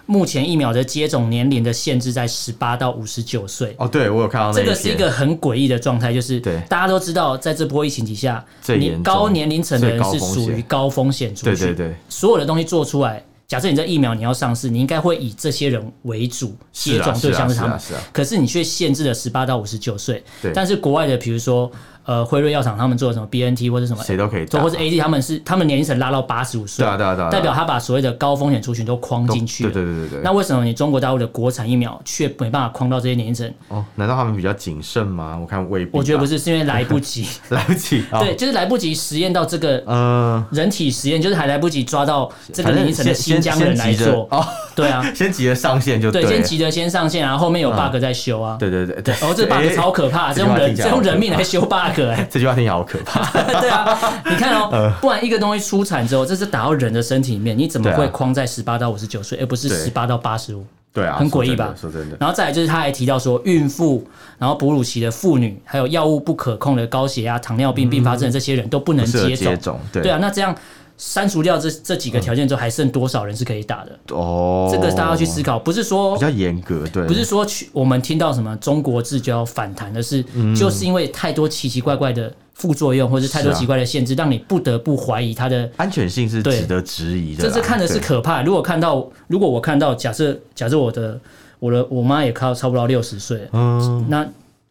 Speaker 2: 目前疫苗的接种年龄的限制在十八到五十九岁，
Speaker 1: 哦，对我有看到那
Speaker 2: 这
Speaker 1: 一
Speaker 2: 个是一
Speaker 1: 篇
Speaker 2: 个很诡异的状态，就是
Speaker 1: 对
Speaker 2: 大家都知道，在这波疫情底下，
Speaker 1: 最
Speaker 2: 你
Speaker 1: 严重
Speaker 2: 高年龄层的人是
Speaker 1: 最高风
Speaker 2: 属
Speaker 1: 险
Speaker 2: 于高风险族
Speaker 1: 对
Speaker 2: 群。
Speaker 1: 对对，
Speaker 2: 所有的东西做出来，假设你这疫苗你要上市，你应该会以这些人为主，
Speaker 1: 是
Speaker 2: 接
Speaker 1: 啊
Speaker 2: 种对象
Speaker 1: 是
Speaker 2: 他
Speaker 1: 啊
Speaker 2: 们。
Speaker 1: 是啊，
Speaker 2: 可是你却限制了十八到五十九岁
Speaker 1: 对，
Speaker 2: 但是国外的，比如说呃辉瑞药厂他们做的什么 BNT 或者什么
Speaker 1: 谁都可以
Speaker 2: 做
Speaker 1: 打，
Speaker 2: 或者 A D 他们是他们年龄层拉到八十五岁，
Speaker 1: 对啊对啊对啊对啊
Speaker 2: 代表他把所谓的高风险族群都框
Speaker 1: 都
Speaker 2: 进去
Speaker 1: 对
Speaker 2: 了。
Speaker 1: 对对对对。
Speaker 2: 那为什么你中国大陆的国产疫苗却没办法框到这些年龄层？
Speaker 1: 哦，难道他们比较谨慎吗？我看未必，
Speaker 2: 我觉得不，是，是因为来不及，
Speaker 1: [laughs] 来不及。哦
Speaker 2: 对，，就是来不及实验到这个
Speaker 1: 嗯，
Speaker 2: 人体实验，就是还来不及抓到这个
Speaker 1: 反正
Speaker 2: 凌晨的
Speaker 1: 先
Speaker 2: 新疆
Speaker 1: 先
Speaker 2: 人
Speaker 1: 先
Speaker 2: 来
Speaker 1: 急着
Speaker 2: 做，
Speaker 1: 哦， [laughs]
Speaker 2: 对啊，
Speaker 1: 先急着上线就
Speaker 2: 对，
Speaker 1: 了
Speaker 2: 先急着先上线，然后后面有 bug 在修
Speaker 1: 嗯
Speaker 2: 啊，
Speaker 1: 对对对对，
Speaker 2: 哦，这 bug
Speaker 1: 哎
Speaker 2: 超可怕，
Speaker 1: 这
Speaker 2: 这
Speaker 1: 句
Speaker 2: 用
Speaker 1: 话
Speaker 2: 人
Speaker 1: 听起
Speaker 2: 这
Speaker 1: 来
Speaker 2: 用
Speaker 1: 好可
Speaker 2: 人命来修 bug 哎、
Speaker 1: [laughs]
Speaker 2: [laughs]
Speaker 1: 这句话听起来好可怕。
Speaker 2: 对啊，你看哦，不然一个东西出产之后，这是打到人的身体里面，你怎么
Speaker 1: 呃对啊
Speaker 2: 会框在十八到五十九岁，而不是
Speaker 1: 对
Speaker 2: 十八到八十五？
Speaker 1: 对啊，
Speaker 2: 很诡异吧
Speaker 1: 说真的，说真的，
Speaker 2: 然后再来就是他还提到说，孕妇、然后哺乳期的妇女，还有药物不可控的高血压、糖尿病并发症的这些人都不能
Speaker 1: 嗯不适合
Speaker 2: 接种
Speaker 1: 接。种，对嗯
Speaker 2: 对啊，那这样删除掉这这几个条件之后，还剩多少人是可以打的？
Speaker 1: 哦，
Speaker 2: 这个大家要去思考，不是说
Speaker 1: 比较严格，对，
Speaker 2: 不是说去我们听到什么中国制就要反弹的是，
Speaker 1: 嗯
Speaker 2: 就是因为太多奇奇怪怪的副作用，或者是太多
Speaker 1: 是啊
Speaker 2: 奇怪的限制，让你不得不怀疑它的。
Speaker 1: 安全性是
Speaker 2: 对
Speaker 1: 值得质疑的
Speaker 2: 这
Speaker 1: 啦。
Speaker 2: 是看的是
Speaker 1: 对
Speaker 2: 可怕。如果看到，如果我看到，假设假设我的我的我妈也靠差不多六十岁，
Speaker 1: 嗯，
Speaker 2: 那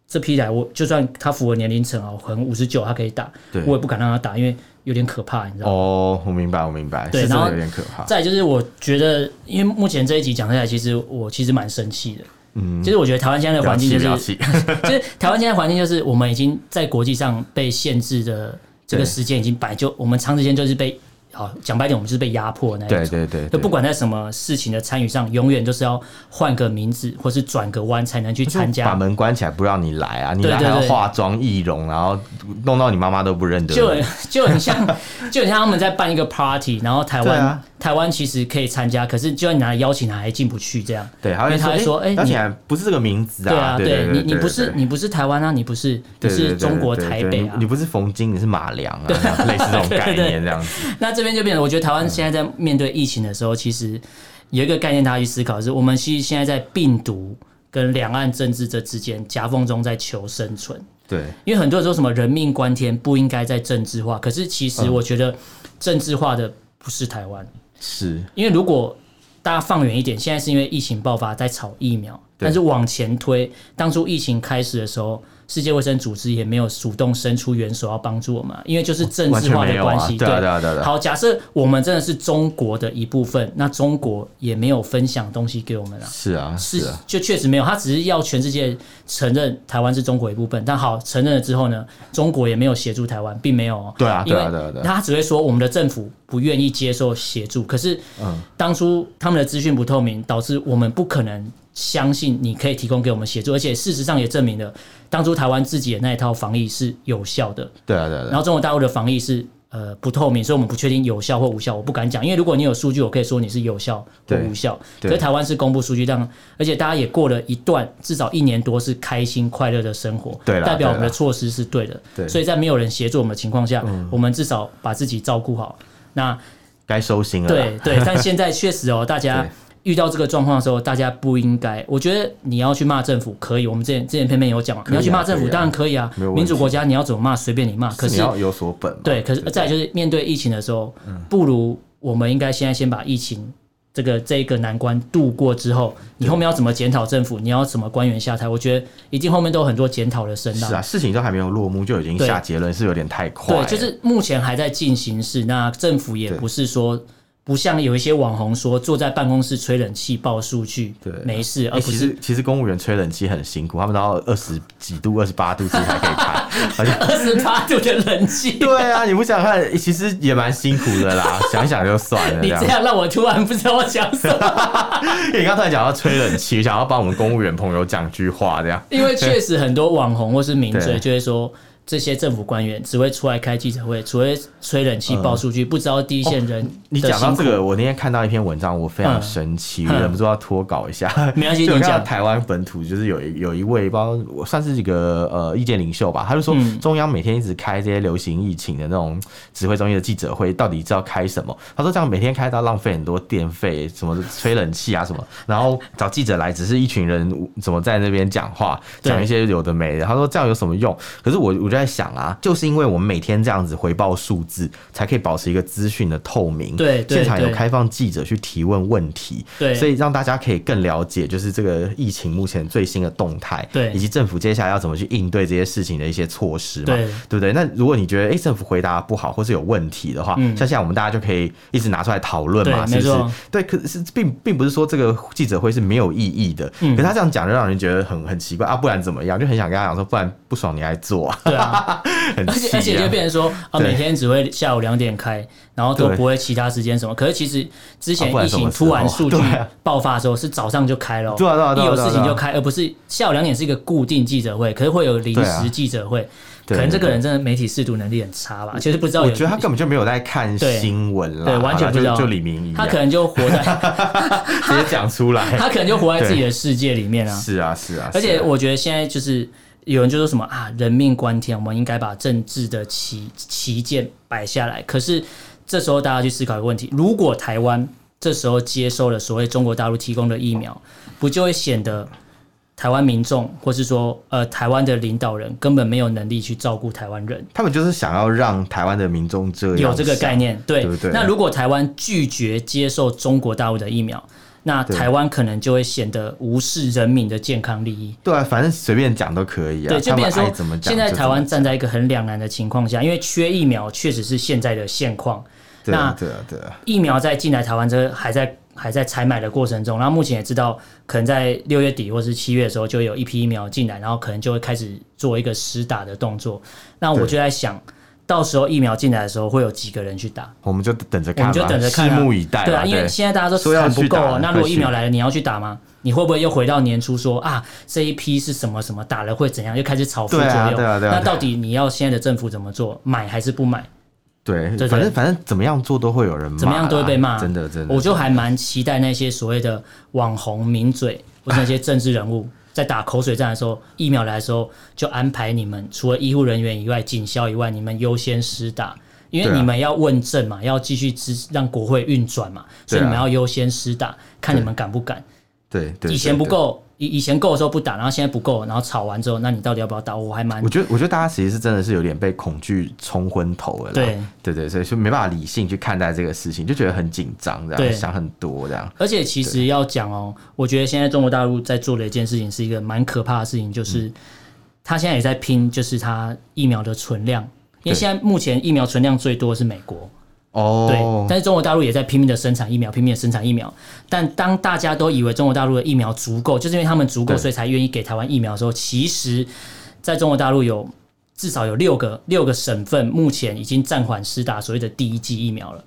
Speaker 2: 这批来我就算她符合年龄层哦，可能五十九她可以打，
Speaker 1: 对
Speaker 2: 我也不敢让她打，因为有点可怕，你知道吗？
Speaker 1: 哦，我明白，我明白，
Speaker 2: 对
Speaker 1: 是真
Speaker 2: 然后
Speaker 1: 的有点可怕。
Speaker 2: 再来就是我觉得，因为目前这一集讲下来，其实我其实蛮生气的。嗯，其实我觉得台湾现在的环境就
Speaker 1: 不要
Speaker 2: 是，
Speaker 1: 气不要气
Speaker 2: 就是台湾现在的环境就是，我们已经在国际上被限制的这个
Speaker 1: 对
Speaker 2: 时间已经摆就，我们长时间就是被，好讲白一点，我们就是被压迫的那一种。
Speaker 1: 对对对，
Speaker 2: 就
Speaker 1: 对
Speaker 2: 不管在什么事情的参与上，永远都是要换个名字或是转个弯才能去参
Speaker 1: 把
Speaker 2: 加。
Speaker 1: 门关起来不让你来啊！你
Speaker 2: 对
Speaker 1: 来还
Speaker 2: 对
Speaker 1: 要
Speaker 2: 对
Speaker 1: 化妆易容，然后弄到你妈妈都不认得
Speaker 2: 就
Speaker 1: 你。
Speaker 2: 很就很像，就很像他们在办一个 party，然后台湾、
Speaker 1: 对啊
Speaker 2: 台湾其实可以参加，可是就算你拿邀请函还进不去这样。
Speaker 1: 对，还
Speaker 2: 因
Speaker 1: 会
Speaker 2: 为他会说
Speaker 1: 哎，
Speaker 2: 哎
Speaker 1: 而
Speaker 2: 你
Speaker 1: 且还不是这个名字
Speaker 2: 对啊，
Speaker 1: 对
Speaker 2: 对
Speaker 1: 对
Speaker 2: 你你不
Speaker 1: 对
Speaker 2: 是
Speaker 1: 对
Speaker 2: 你不是台湾啊，你不是你
Speaker 1: 对对
Speaker 2: 是
Speaker 1: 对
Speaker 2: 中国
Speaker 1: 对对
Speaker 2: 台
Speaker 1: 对
Speaker 2: 北
Speaker 1: 你
Speaker 2: 啊
Speaker 1: 你。不是冯晶，你是马良啊，这 [laughs] 样类似这种概念这样子。
Speaker 2: 那这边就变成，我觉得台湾现在在面对疫情的时候，其实有一个概念大家去思考，是我们其实现在在病毒跟两岸政治这之间夹缝中在求生存。
Speaker 1: 对，
Speaker 2: 因为很多人说什么人命关天，不应该再政治化，可是其
Speaker 1: 嗯
Speaker 2: 实我觉得政治化的不是台湾，
Speaker 1: 是
Speaker 2: 因为如果大家放远一点，现在是因为疫情爆发在炒疫苗，
Speaker 1: 对
Speaker 2: 但是往前推，当初疫情开始的时候，世界卫生组织也没有主动伸出援手要帮助我们啊，因为就是政
Speaker 1: 完
Speaker 2: 治
Speaker 1: 全
Speaker 2: 化
Speaker 1: 没
Speaker 2: 的
Speaker 1: 有
Speaker 2: 关
Speaker 1: 啊
Speaker 2: 系。，
Speaker 1: 对啊对啊对啊对啊。
Speaker 2: 好，假设我们真的是中国的一部分，那中国也没有分享东西给我们啊。
Speaker 1: 是啊，
Speaker 2: 是
Speaker 1: 是啊，
Speaker 2: 就确实没有，他只是要全世界承认台湾是中国一部分。但好，承认了之后呢，中国也没有协助台湾，并没有哦。
Speaker 1: 对啊
Speaker 2: 因为
Speaker 1: 对啊对啊对啊
Speaker 2: 他只会说我们的政府不愿意接受协助。可是，
Speaker 1: 嗯
Speaker 2: 当初他们的资讯不透明，导致我们不可能相信你可以提供给我们协助，而且事实上也证明了，当初台湾自己的那一套防疫是有效的。
Speaker 1: 对啊对啊对
Speaker 2: 然
Speaker 1: 啊。
Speaker 2: 后中国大陆的防疫是呃不透明，所以我们不确定有效或无效，我不敢讲，因为如果你有数据，我可以说你是有效或
Speaker 1: 对
Speaker 2: 无效。可
Speaker 1: 对
Speaker 2: 是台湾是公布数据，让而且大家也过了一段至少一年多是开心快乐的生活，
Speaker 1: 对啦
Speaker 2: 代表我们
Speaker 1: 对
Speaker 2: 的
Speaker 1: 啦
Speaker 2: 措施是对的。
Speaker 1: 对嗯
Speaker 2: 所以在没有人协助我们的情况下，我们至少把自己照顾好。那
Speaker 1: 该收心了啦。 [laughs]
Speaker 2: 对对，但现在确实哦，大家。遇到这个状况的时候，大家不应该。我觉得你要去骂政府可以，我们之前之前偏偏有讲嘛，
Speaker 1: 以啊
Speaker 2: 你要去骂政府
Speaker 1: 可以啊
Speaker 2: 当然可以啊
Speaker 1: 没有，问题
Speaker 2: 民主国家你要怎么骂随便你骂，可
Speaker 1: 你
Speaker 2: 是
Speaker 1: 要有所本嘛。
Speaker 2: 对，可是
Speaker 1: 对不对
Speaker 2: 再来就是面对疫情的时候，
Speaker 1: 嗯
Speaker 2: 不如我们应该现在先把疫情这个这一个难关度过之后，你后面要怎么检讨政府，你要怎么官员下台，我觉得一定后面都有很多检讨的声浪。
Speaker 1: 是啊，啊事情都还没有落幕就已经
Speaker 2: 对
Speaker 1: 下结论，是有点太快
Speaker 2: 对
Speaker 1: 了。，
Speaker 2: 就是目前还在进行式，那政府也
Speaker 1: 对
Speaker 2: 不是说。不像有一些网红说坐在办公室吹冷气报数据
Speaker 1: 对
Speaker 2: 没事，
Speaker 1: 欸
Speaker 2: 而不
Speaker 1: 其
Speaker 2: 是
Speaker 1: 实其实公务员吹冷气很辛苦，他们都要二十几度、二十八度其实才可以
Speaker 2: [laughs]
Speaker 1: 开，而且。
Speaker 2: 二十八度的冷气。
Speaker 1: [laughs] 对啊，你不想想看，其实也蛮辛苦的
Speaker 2: [laughs]
Speaker 1: 啦。想一想就算了，这
Speaker 2: 你
Speaker 1: 样
Speaker 2: 这。样让我突然不知道我
Speaker 1: [laughs]
Speaker 2: 想什么，
Speaker 1: 因为你刚才讲到吹冷气，想要帮我们公务员朋友讲句话，这样。
Speaker 2: 因为确实很多网红或是名
Speaker 1: 对
Speaker 2: 嘴就会说。这些政府官员只会出来开记者会，只会吹冷气、报数据，不知道第一线人
Speaker 1: 哦你
Speaker 2: 的
Speaker 1: 讲
Speaker 2: 辛
Speaker 1: 到
Speaker 2: 苦
Speaker 1: 这个，我那天看到一篇文章，我非常
Speaker 2: 嗯
Speaker 1: 生气，
Speaker 2: 嗯
Speaker 1: 忍不住要脱稿一下。
Speaker 2: [laughs] 没关系
Speaker 1: 就我
Speaker 2: 你
Speaker 1: 看到
Speaker 2: 讲
Speaker 1: 台湾本土就是有一有一位，包我算是一个呃意见领袖吧，他就说
Speaker 2: 嗯
Speaker 1: 中央每天一直开这些流行疫情的那种指挥中心的记者会，到底是要开什么？他说这样每天开到浪费很多电费，什么吹冷气啊什
Speaker 2: [laughs]
Speaker 1: 么，然后找记者来只是一群人怎么在那边讲话，
Speaker 2: 对
Speaker 1: 讲一些有的没的。他说这样有什么用？可是我我就在想啊，就是因为我们每天这样子回报数字，才可以保持一个资讯的透明。
Speaker 2: 对对
Speaker 1: 现场有
Speaker 2: 对
Speaker 1: 开放记者去提问问题，
Speaker 2: 对
Speaker 1: 所以让大家可以更了解，就是这个疫情目前最新的动态，
Speaker 2: 对
Speaker 1: 以及政府接下来要怎么去应对这些事情的一些措施嘛，
Speaker 2: 对
Speaker 1: 不对？那如果你觉得哎、诶政府回答不好或是有问题的话，
Speaker 2: 嗯
Speaker 1: 像现在我们大家就可以一直拿出来讨论嘛，是
Speaker 2: 对
Speaker 1: 不是
Speaker 2: 没错？
Speaker 1: 对，可是并并不是说这个记者会是没有意义的，
Speaker 2: 嗯
Speaker 1: 可是他这样讲就让人觉得很很奇怪啊，不然怎么样？就很想跟他讲说，不然不爽你来做、啊， [laughs]
Speaker 2: 对啊， [laughs]
Speaker 1: 很
Speaker 2: 而
Speaker 1: 气、
Speaker 2: 且
Speaker 1: 啊，
Speaker 2: 而且就变成说啊，
Speaker 1: 对
Speaker 2: 每天只会下午两点开，然后都
Speaker 1: 对
Speaker 2: 不会其他时间什么。可是其实之前
Speaker 1: 啊不然
Speaker 2: 疫
Speaker 1: 什么
Speaker 2: 情
Speaker 1: 时候
Speaker 2: 突然数据
Speaker 1: 对啊
Speaker 2: 爆发的时候，是早上就开了哦，
Speaker 1: 对啊对啊对
Speaker 2: 一
Speaker 1: 啊
Speaker 2: 有
Speaker 1: 对啊
Speaker 2: 事
Speaker 1: 对
Speaker 2: 情
Speaker 1: 啊
Speaker 2: 就开，而不是下午两点是一个固定记者会，可是会有临
Speaker 1: 对啊
Speaker 2: 时记者会。可
Speaker 1: 对
Speaker 2: 能这个
Speaker 1: 对
Speaker 2: 人真的媒体视读能力很差吧，就是不知道
Speaker 1: 我
Speaker 2: 有。
Speaker 1: 觉得他根本就没有在看
Speaker 2: 对
Speaker 1: 新闻啦，
Speaker 2: 对，完全不知道。
Speaker 1: 就就李明一样，
Speaker 2: 他可能就活在
Speaker 1: [laughs] 直接讲出来。
Speaker 2: 他可能就活在自己的世界里面啊。
Speaker 1: [laughs] 是啊，是啊，
Speaker 2: 而且
Speaker 1: 是啊
Speaker 2: 我觉得现在就是有人就说什么啊，人命关天，我们应该把政治的旗旗舰摆下来。可是这时候大家去思考一个问题：如果台湾这时候接收了所谓中国大陆提供的疫苗，不就会显得？台湾民众，或是说，呃，台湾的领导人根本没有能力去照顾台湾人，
Speaker 1: 他们就是想要让台湾的民众这样啊
Speaker 2: 有这个概
Speaker 1: 想，
Speaker 2: 念，对。
Speaker 1: 对不对
Speaker 2: 那如果台湾拒绝接受中国大陆的疫苗，那
Speaker 1: 对
Speaker 2: 台湾可能就会显得无视人民的健康利益。
Speaker 1: 对啊，反正随便讲都可以啊。
Speaker 2: 对，就
Speaker 1: 他们
Speaker 2: 变成
Speaker 1: 爱
Speaker 2: 说
Speaker 1: 怎么，讲
Speaker 2: 现在
Speaker 1: 就
Speaker 2: 台
Speaker 1: 怎么
Speaker 2: 湾
Speaker 1: 讲
Speaker 2: 站在一个很两难的情况下，因为缺疫苗确实是现在的现况。
Speaker 1: 对啊
Speaker 2: 那
Speaker 1: 对啊对啊，
Speaker 2: 疫苗在进来台湾这个还在还在采买的过程中，然后目前也知道，可能在六月底或是七月的时候，就有一批疫苗进来，然后可能就会开始做一个施打的动作。那我
Speaker 1: 对
Speaker 2: 就在想，到时候疫苗进来的时候，会有几个人去打？
Speaker 1: 我们就等着
Speaker 2: 我
Speaker 1: 看吧，
Speaker 2: 们就等着看、啊，
Speaker 1: 拭目以待吧。
Speaker 2: 对啊，因为现在大家都
Speaker 1: 说要
Speaker 2: 产不
Speaker 1: 去
Speaker 2: 够、
Speaker 1: 打
Speaker 2: 啊，那如果
Speaker 1: 会
Speaker 2: 疫
Speaker 1: 去
Speaker 2: 苗来了，你要去打吗？你会不会又回到年初说啊，这一批是什么什么打了会怎样？又开始炒副作
Speaker 1: 对
Speaker 2: 用。
Speaker 1: 啊对啊对啊
Speaker 2: 那到底你要现在的政府怎么做？买还是不买？
Speaker 1: 对，
Speaker 2: 对
Speaker 1: 反
Speaker 2: 对
Speaker 1: 正反正怎么样做都会有人骂啦，
Speaker 2: 怎么样都会被骂。
Speaker 1: 真的真的。
Speaker 2: 我就还蛮期待那些所谓的网红
Speaker 1: [laughs]
Speaker 2: 名嘴或者那些政治人物。在打口水战的时候，疫苗来的时候，就安排你们除了医护人员以外、警消以外，你们优先施打，因为
Speaker 1: 对啊
Speaker 2: 你们要问政嘛，要继续支让国会运转嘛，所以
Speaker 1: 对啊
Speaker 2: 你们要优先施打，看你们敢不敢。
Speaker 1: 对对对，
Speaker 2: 以前不
Speaker 1: 对。
Speaker 2: 够，以以前够的时候不打，然后现在不够，然后吵完之后，那你到底要不要打？我还蛮
Speaker 1: 我觉得，我觉得大家其实是真的是有点被恐惧冲昏头了啦。
Speaker 2: 对
Speaker 1: 对对，所以就没办法理性去看待这个事情，就觉得很紧张，这
Speaker 2: 对
Speaker 1: 样想很多这样。
Speaker 2: 而且其实要讲哦，我觉得现在中国大陆在做的一件事情是一个蛮可怕的事情，
Speaker 1: 嗯
Speaker 2: 就是他现在也在拼，就是他疫苗的存量，因为
Speaker 1: 对
Speaker 2: 现在目前疫苗存量最多是美国，对
Speaker 1: 哦，，
Speaker 2: 但是中国大陆也在拼命的生产疫苗，拼命的生产疫苗。但当大家都以为中国大陆的疫苗足够，就是因为他们足够，
Speaker 1: 对
Speaker 2: 所以才愿意给台湾疫苗的时候，其实在中国大陆有至少有六个六个省份目前已经暂缓施打所谓的第一剂疫苗了，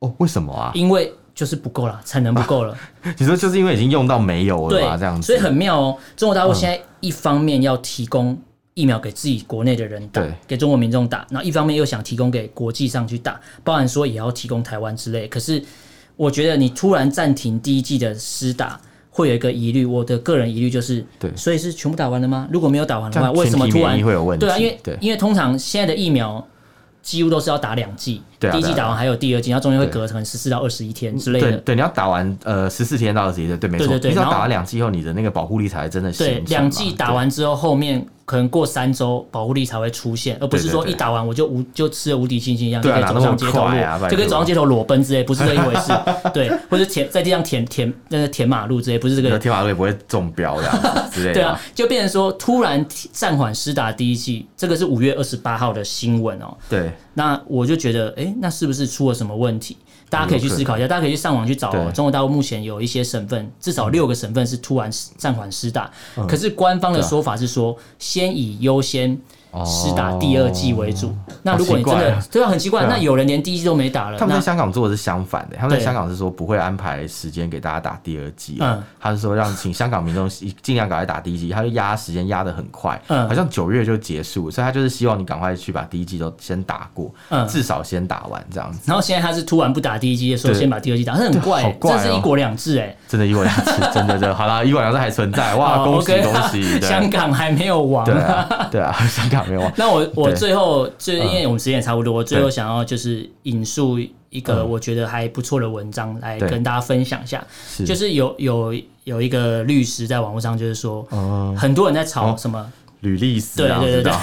Speaker 1: 哦，为什么啊？
Speaker 2: 因为就是不够了，产能不够了。
Speaker 1: 你说就是因为已经用到没有了
Speaker 2: 对
Speaker 1: 吧？这样子，
Speaker 2: 所以很妙哦。中国大陆现在一方面要提供疫苗给自己国内的人打
Speaker 1: 对，
Speaker 2: 给中国民众打，然后一方面又想提供给国际上去打，包含说也要提供台湾之类。可是我觉得你突然暂停第一季的施打。会有一个疑虑，我的个人疑虑就是，
Speaker 1: 对
Speaker 2: 所以是全部打完了吗？如果没有打完
Speaker 1: 这
Speaker 2: 的话，
Speaker 1: 样
Speaker 2: 为什么
Speaker 1: 群体
Speaker 2: 突
Speaker 1: 免
Speaker 2: 然
Speaker 1: 疫会有问题？
Speaker 2: 对啊，因为
Speaker 1: 对
Speaker 2: 因为通常现在的疫苗几乎都是要打两剂，
Speaker 1: 对啊
Speaker 2: 第一
Speaker 1: 对
Speaker 2: 剂
Speaker 1: 啊
Speaker 2: 打完还有第二剂，然后中间会
Speaker 1: 对
Speaker 2: 隔成十四到二十一天之类
Speaker 1: 对
Speaker 2: 的。
Speaker 1: 对，你要打完呃十四天到二十一天，对，没错，
Speaker 2: 对对对
Speaker 1: 你只要
Speaker 2: 然后
Speaker 1: 打完两剂以后，你的那个保护力才真的
Speaker 2: 对
Speaker 1: 形，成嘛
Speaker 2: 两剂打完之后，后面可能过三周保护力才会出现，而不是
Speaker 1: 对对
Speaker 2: 说
Speaker 1: 对
Speaker 2: 一打完我就无就吃了无敌星星一样，就
Speaker 1: 对
Speaker 2: 可
Speaker 1: 啊
Speaker 2: 以走上街
Speaker 1: 哪
Speaker 2: 头
Speaker 1: 那么
Speaker 2: 路
Speaker 1: 快啊拜，托
Speaker 2: 就可以走上街头裸奔
Speaker 1: [laughs]
Speaker 2: 之类，不是这一回事。对，或者舔在地上舔舔那个舔马路之类，不是这
Speaker 1: 对
Speaker 2: 个
Speaker 1: 那天马路也不会中标这样子之类
Speaker 2: 对
Speaker 1: 的
Speaker 2: 啊
Speaker 1: 嘛。，
Speaker 2: 就变成说突然暂缓施打第一剂，这个是五月二十八号的新闻哦、
Speaker 1: 对，
Speaker 2: 那我就觉得，诶，那是不是出了什么问题？大家可以去思考一下，大家可以去上网去找哦、
Speaker 1: 对
Speaker 2: 中国大陆目前有一些省份，至少六个省份是突然暂缓施打，可是官方的
Speaker 1: 对啊
Speaker 2: 说法是说，先以优先施打第二剂为主。那如果你真
Speaker 1: 哦好奇
Speaker 2: 的
Speaker 1: 怪
Speaker 2: 对啊，很奇怪，
Speaker 1: 对啊
Speaker 2: 那有人连第一剂都没打了，
Speaker 1: 他们
Speaker 2: 那
Speaker 1: 在香港做的是相反的，他们在
Speaker 2: 对
Speaker 1: 香港是说不会安排时间给大家打第二剂啊，
Speaker 2: 嗯
Speaker 1: 他是说让请香港民众尽量赶快打第一剂，他就压时间压得很快，
Speaker 2: 嗯
Speaker 1: 好像九月就结束，所以他就是希望你赶快去把第一剂都先打过，
Speaker 2: 嗯
Speaker 1: 至少先打完这样子，
Speaker 2: 然后现在他是突然不打第一剂，说
Speaker 1: 对
Speaker 2: 先把第二剂打，这很怪、
Speaker 1: 好怪哦
Speaker 2: 这是一国两制哎、
Speaker 1: 真的，一国两制，真的真的好啦，一国两制还存在，哇，
Speaker 2: [laughs] 哦
Speaker 1: 恭喜
Speaker 2: OK，
Speaker 1: 恭喜，对
Speaker 2: 香港还没有亡、
Speaker 1: 对啊， [laughs] 对啊，香港没有啊，
Speaker 2: 那我我
Speaker 1: 对
Speaker 2: 最后就因
Speaker 1: 嗯
Speaker 2: 为我们时间也差不多，我最后
Speaker 1: 对
Speaker 2: 想要就是引述一个
Speaker 1: 嗯
Speaker 2: 我觉得还不错的文章来
Speaker 1: 对
Speaker 2: 跟大家分享一下，
Speaker 1: 是
Speaker 2: 就是有有有一个律师在网络上就是说，
Speaker 1: 哦
Speaker 2: 很多人在吵
Speaker 1: 哦
Speaker 2: 什么，
Speaker 1: 吕丽斯
Speaker 2: 对
Speaker 1: 啊，我
Speaker 2: 对对
Speaker 1: 知道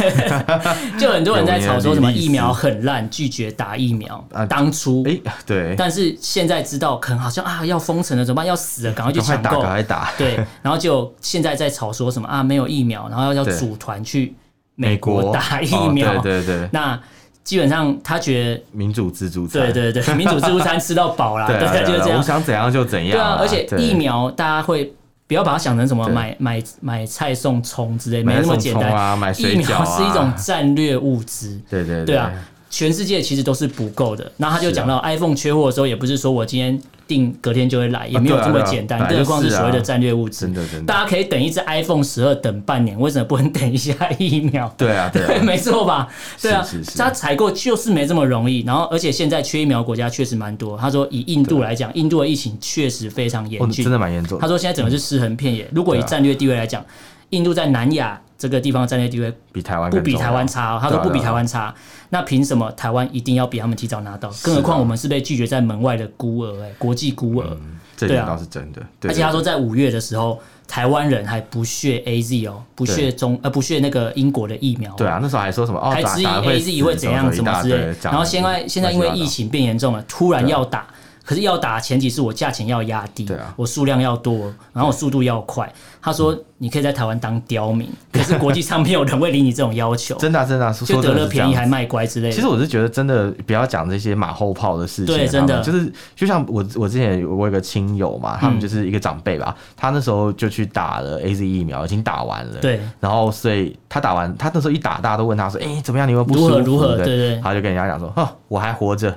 Speaker 2: 对， [laughs] 就很多人在吵说什
Speaker 1: 有名的
Speaker 2: 么
Speaker 1: 律师
Speaker 2: 疫苗很烂，拒绝打疫苗
Speaker 1: 啊，
Speaker 2: 当初。
Speaker 1: 哎，对，
Speaker 2: 但是现在知道，可能好像啊要封城了，怎么办？要死了，赶快去
Speaker 1: 赶快
Speaker 2: 抢
Speaker 1: 打，
Speaker 2: 购
Speaker 1: 赶。快打， [laughs]
Speaker 2: 对，然后就现在在吵说什么啊没有疫苗，然后要
Speaker 1: 对
Speaker 2: 组团去美国打疫
Speaker 1: 哦
Speaker 2: 苗。
Speaker 1: 对对对，
Speaker 2: 那基本上他觉得，
Speaker 1: 民主自助餐，
Speaker 2: 对对
Speaker 1: [laughs]
Speaker 2: 对，民主自助餐吃到饱啦，
Speaker 1: 对啊，
Speaker 2: [laughs] 对，
Speaker 1: 对
Speaker 2: 就是
Speaker 1: 啊我
Speaker 2: 这样。
Speaker 1: 想怎样就怎样。
Speaker 2: 对啊，而且
Speaker 1: 对
Speaker 2: 疫苗大家会不要把它想成什么
Speaker 1: 对
Speaker 2: 买买买菜送葱之类，没
Speaker 1: 买菜
Speaker 2: 那么
Speaker 1: 送
Speaker 2: 简
Speaker 1: 葱
Speaker 2: 单。
Speaker 1: 啊买
Speaker 2: 疫
Speaker 1: 水饺
Speaker 2: 苗
Speaker 1: 啊
Speaker 2: 是一种战略物资。
Speaker 1: 对对
Speaker 2: 对啊，全世界其实都是不够的。然后他就
Speaker 1: 啊
Speaker 2: 是讲到 iPhone 缺货的时候，也不是说我今天订隔天就会来，也没有
Speaker 1: 对啊
Speaker 2: 这么
Speaker 1: 对啊
Speaker 2: 简单。
Speaker 1: 本来就
Speaker 2: 更何况是
Speaker 1: 是啊
Speaker 2: 所谓的战略物资
Speaker 1: 真，的真的，
Speaker 2: 大家可以等一只 iPhone 十二等半年，为什么不能等一下疫苗？
Speaker 1: 对啊对
Speaker 2: 对，
Speaker 1: 啊，
Speaker 2: [laughs] 没错吧？对啊
Speaker 1: 是是，是
Speaker 2: 它采购就是没这么容易。然后，而且现在缺疫苗国家确实蛮多。他说，以印度来讲，印度的疫情确实非常
Speaker 1: 哦
Speaker 2: 严峻
Speaker 1: 真。的蛮严重
Speaker 2: 他
Speaker 1: 的，
Speaker 2: 说，现在整个是尸横遍野。如果以
Speaker 1: 对啊
Speaker 2: 战略地位来讲，印度在南亚这个地方的战略地位
Speaker 1: 比台湾
Speaker 2: 不
Speaker 1: 更
Speaker 2: 比
Speaker 1: 重要
Speaker 2: 台湾差、哦。他说
Speaker 1: 对啊
Speaker 2: 不比
Speaker 1: 对啊
Speaker 2: 台湾差，那凭什么台湾一定要比他们提早拿到？更何况我们是被拒绝在门外的孤儿、哎，国际孤儿。
Speaker 1: 这
Speaker 2: 对啊
Speaker 1: 点倒是真的。嗯对
Speaker 2: 而且他说，在五月的时候，台湾人还不屑 A Z 哦，不屑中呃不屑那个英国的疫苗哦、
Speaker 1: 对啊，那时候还说什么哦，
Speaker 2: 还
Speaker 1: 打
Speaker 2: 质疑
Speaker 1: 打
Speaker 2: A Z 会
Speaker 1: 死
Speaker 2: 怎样
Speaker 1: 什
Speaker 2: 怎么
Speaker 1: 一大
Speaker 2: 之
Speaker 1: 堆
Speaker 2: 类。
Speaker 1: 讲
Speaker 2: 然后现在现在因为
Speaker 1: 乱七
Speaker 2: 疫
Speaker 1: 八糟
Speaker 2: 情变严重了，突然要打，可是要打前提是我价钱要压低
Speaker 1: 啊对啊，嗯
Speaker 2: 我数量要多，然后我速度要快。他说你可以在台湾当刁民，可是国际上没有人会理你这种要求，
Speaker 1: 真的啊真的啊，说
Speaker 2: 就
Speaker 1: 说
Speaker 2: 得
Speaker 1: 真的
Speaker 2: 了
Speaker 1: 是这
Speaker 2: 便宜
Speaker 1: 样
Speaker 2: 还卖乖之类
Speaker 1: 其实
Speaker 2: 的。
Speaker 1: 我是觉得，真的不要讲这些马后炮的事情。
Speaker 2: 对真的嗯
Speaker 1: 他们就是就像我我之前有我有个亲友嘛，他们就是一个长辈吧，他那时候就去打了 A Z 疫苗，已经打完了。
Speaker 2: 对。
Speaker 1: 然后所以他打完，他那时候一打，大家都问他说：“哎、怎么样？你有没有不舒
Speaker 2: 如
Speaker 1: 服？”
Speaker 2: 何如何对对
Speaker 1: 他就跟人家讲说：“哦，我还活着。”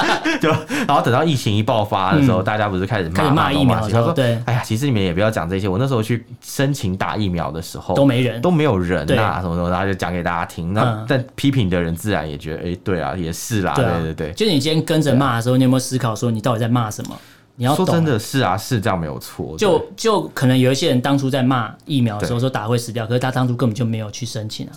Speaker 1: [laughs] 就然后等到疫情一爆发的时候，大家不是开始
Speaker 2: 嗯开
Speaker 1: 骂
Speaker 2: 始骂疫
Speaker 1: 东
Speaker 2: 苗的
Speaker 1: 西
Speaker 2: 时候
Speaker 1: 他说
Speaker 2: 对
Speaker 1: 哎呀，其实你们也不要讲这些。我那时候去申请打疫苗的时候，
Speaker 2: 都没人
Speaker 1: 都没有人
Speaker 2: 对
Speaker 1: 呐、什么什么，然后就讲给大家听。那、
Speaker 2: 嗯
Speaker 1: 但批评的人自然也觉得，哎、对啊，也是啦，
Speaker 2: 对
Speaker 1: 对
Speaker 2: 啊，
Speaker 1: 对对。啊
Speaker 2: 就是你今天跟着骂的时候，你有没有思考说你到底在骂什么？你要
Speaker 1: 说
Speaker 2: 懂
Speaker 1: 真的是啊，是这样没有错。
Speaker 2: 就
Speaker 1: 对
Speaker 2: 就可能有一些人当初在骂疫苗的时候说打会死掉，可是他当初根本就没有去申请啊。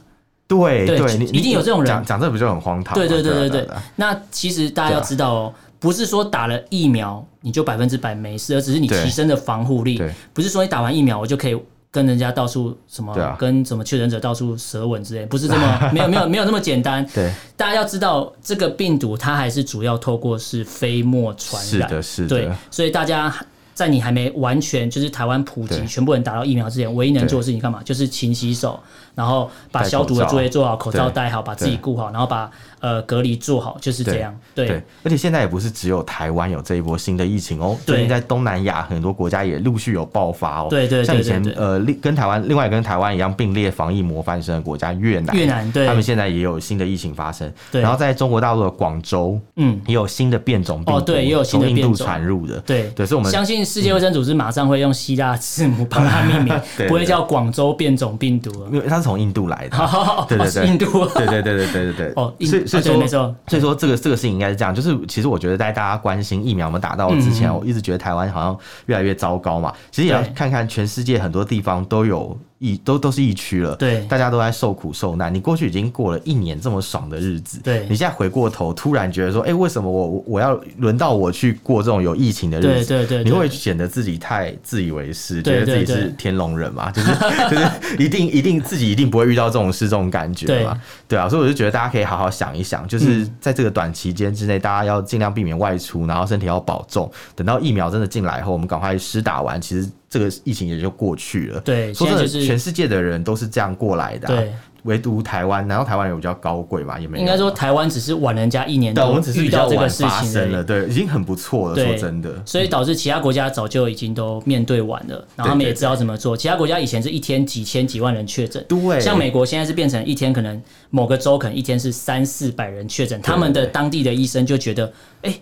Speaker 1: 对
Speaker 2: 对
Speaker 1: 对，你
Speaker 2: 一
Speaker 1: 你
Speaker 2: 定有这种人
Speaker 1: 讲讲这不就很荒唐吗？
Speaker 2: 对对对
Speaker 1: 对
Speaker 2: 对
Speaker 1: 啊
Speaker 2: 对
Speaker 1: 啊啊。
Speaker 2: 那其实大家要
Speaker 1: 对啊
Speaker 2: 知道哦，不是说打了疫苗你就百分之百没事，而只是你
Speaker 1: 对
Speaker 2: 提升的防护力
Speaker 1: 对，
Speaker 2: 不是说你打完疫苗我就可以。跟人家到处什么，
Speaker 1: 对啊
Speaker 2: 跟什么确诊者到处舌吻之类，不是这
Speaker 1: [laughs]
Speaker 2: 么没有没有没有那么简单。
Speaker 1: 对，
Speaker 2: 大家要知道，这个病毒它还是主要透过是飞沫传
Speaker 1: 是
Speaker 2: 染，
Speaker 1: 的，是
Speaker 2: 对
Speaker 1: 的，，
Speaker 2: 所以大家在你还没完全就是台湾普及，
Speaker 1: 对
Speaker 2: 全部人打到疫苗之前，唯一能做的事情干嘛？就是勤洗手，然后把
Speaker 1: 戴口
Speaker 2: 消毒的
Speaker 1: 罩
Speaker 2: 作业做好，口罩
Speaker 1: 对
Speaker 2: 戴好，把自己
Speaker 1: 对
Speaker 2: 顾好，然后把呃隔离做好，就是这
Speaker 1: 对
Speaker 2: 样。对
Speaker 1: 对，而且现在也不是只有台湾有这一波新的疫情哦，
Speaker 2: 对
Speaker 1: 最近在东南亚很多国家也陆续有爆发哦。
Speaker 2: 对对对
Speaker 1: 像以
Speaker 2: 对
Speaker 1: 前
Speaker 2: 对
Speaker 1: 呃，另跟台湾另外一个跟台湾一样并列防疫模范生的国家越南，
Speaker 2: 越南对
Speaker 1: 他们现在也有新的疫情发生。
Speaker 2: 对
Speaker 1: 然后在中国大陆的广州，
Speaker 2: 嗯，
Speaker 1: 也有新的变种病毒，
Speaker 2: 哦对也有新的
Speaker 1: 从印
Speaker 2: 变
Speaker 1: 度
Speaker 2: 种
Speaker 1: 传入的。
Speaker 2: 对
Speaker 1: 对，所以我们
Speaker 2: 相信世界卫生组织马上会用希腊字母帮它命名
Speaker 1: [laughs] ，对对
Speaker 2: 不会
Speaker 1: 对
Speaker 2: 叫广州变种病毒了。
Speaker 1: 因为它是从印度来的
Speaker 2: 好好好，
Speaker 1: 对
Speaker 2: 哦
Speaker 1: 对
Speaker 2: 是
Speaker 1: 对，
Speaker 2: 印度。
Speaker 1: 对对对对对对对。
Speaker 2: 哦印
Speaker 1: 所以所以
Speaker 2: 啊对
Speaker 1: 说，
Speaker 2: 没错
Speaker 1: 所以说这个这个事情应该是这样，就是其实我觉得在大家关心疫苗我们打到之前，我一直觉得台湾好像越来越糟糕嘛。其实也要
Speaker 2: 嗯对
Speaker 1: 看看全世界很多地方都有。疫都都是疫区了，
Speaker 2: 对
Speaker 1: 大家都在受苦受难。你过去已经过了一年这么爽的日子，
Speaker 2: 对
Speaker 1: 你现在回过头，突然觉得说，哎、为什么我我我要轮到我去过这种有疫情的日子？
Speaker 2: 对对对对
Speaker 1: 你会显得自己太自以为是，觉得
Speaker 2: 对
Speaker 1: 自己
Speaker 2: 对对
Speaker 1: 是天龙人嘛，就是就是一定一定自己一定不会遇到这种事，这种感觉嘛，对啊，所以我就觉得大家可以好好想一想，就是
Speaker 2: 嗯
Speaker 1: 在这个短期间之内，大家要尽量避免外出，然后身体要保重。等到疫苗真的进来后，我们赶快施打完，其实这个疫情也就过去了。
Speaker 2: [laughs] 对
Speaker 1: 说真
Speaker 2: 现
Speaker 1: 的，
Speaker 2: 在就是
Speaker 1: 全世界的人都是这样过来的、啊
Speaker 2: 对，
Speaker 1: 唯独台湾，难道台湾人比较高贵嘛？也没有，啊
Speaker 2: 应该说。台湾只是晚人家一年
Speaker 1: 对，我
Speaker 2: 多
Speaker 1: 们只是
Speaker 2: 遇
Speaker 1: 比
Speaker 2: 到
Speaker 1: 较
Speaker 2: 这个
Speaker 1: 晚
Speaker 2: 事
Speaker 1: 发
Speaker 2: 情而
Speaker 1: 生
Speaker 2: 已
Speaker 1: 了，。对，已经很不错了。
Speaker 2: 对
Speaker 1: 说真的，
Speaker 2: 所以导致其他国家早就已经都面对完了，然后他们
Speaker 1: 对对
Speaker 2: 也知道怎么做。其他国家以前是一天几千几万人确诊，
Speaker 1: 对
Speaker 2: 像美国现在是变成一天可能某个州可能一天是三四百人确诊，他们的当地的医生就觉得，哎、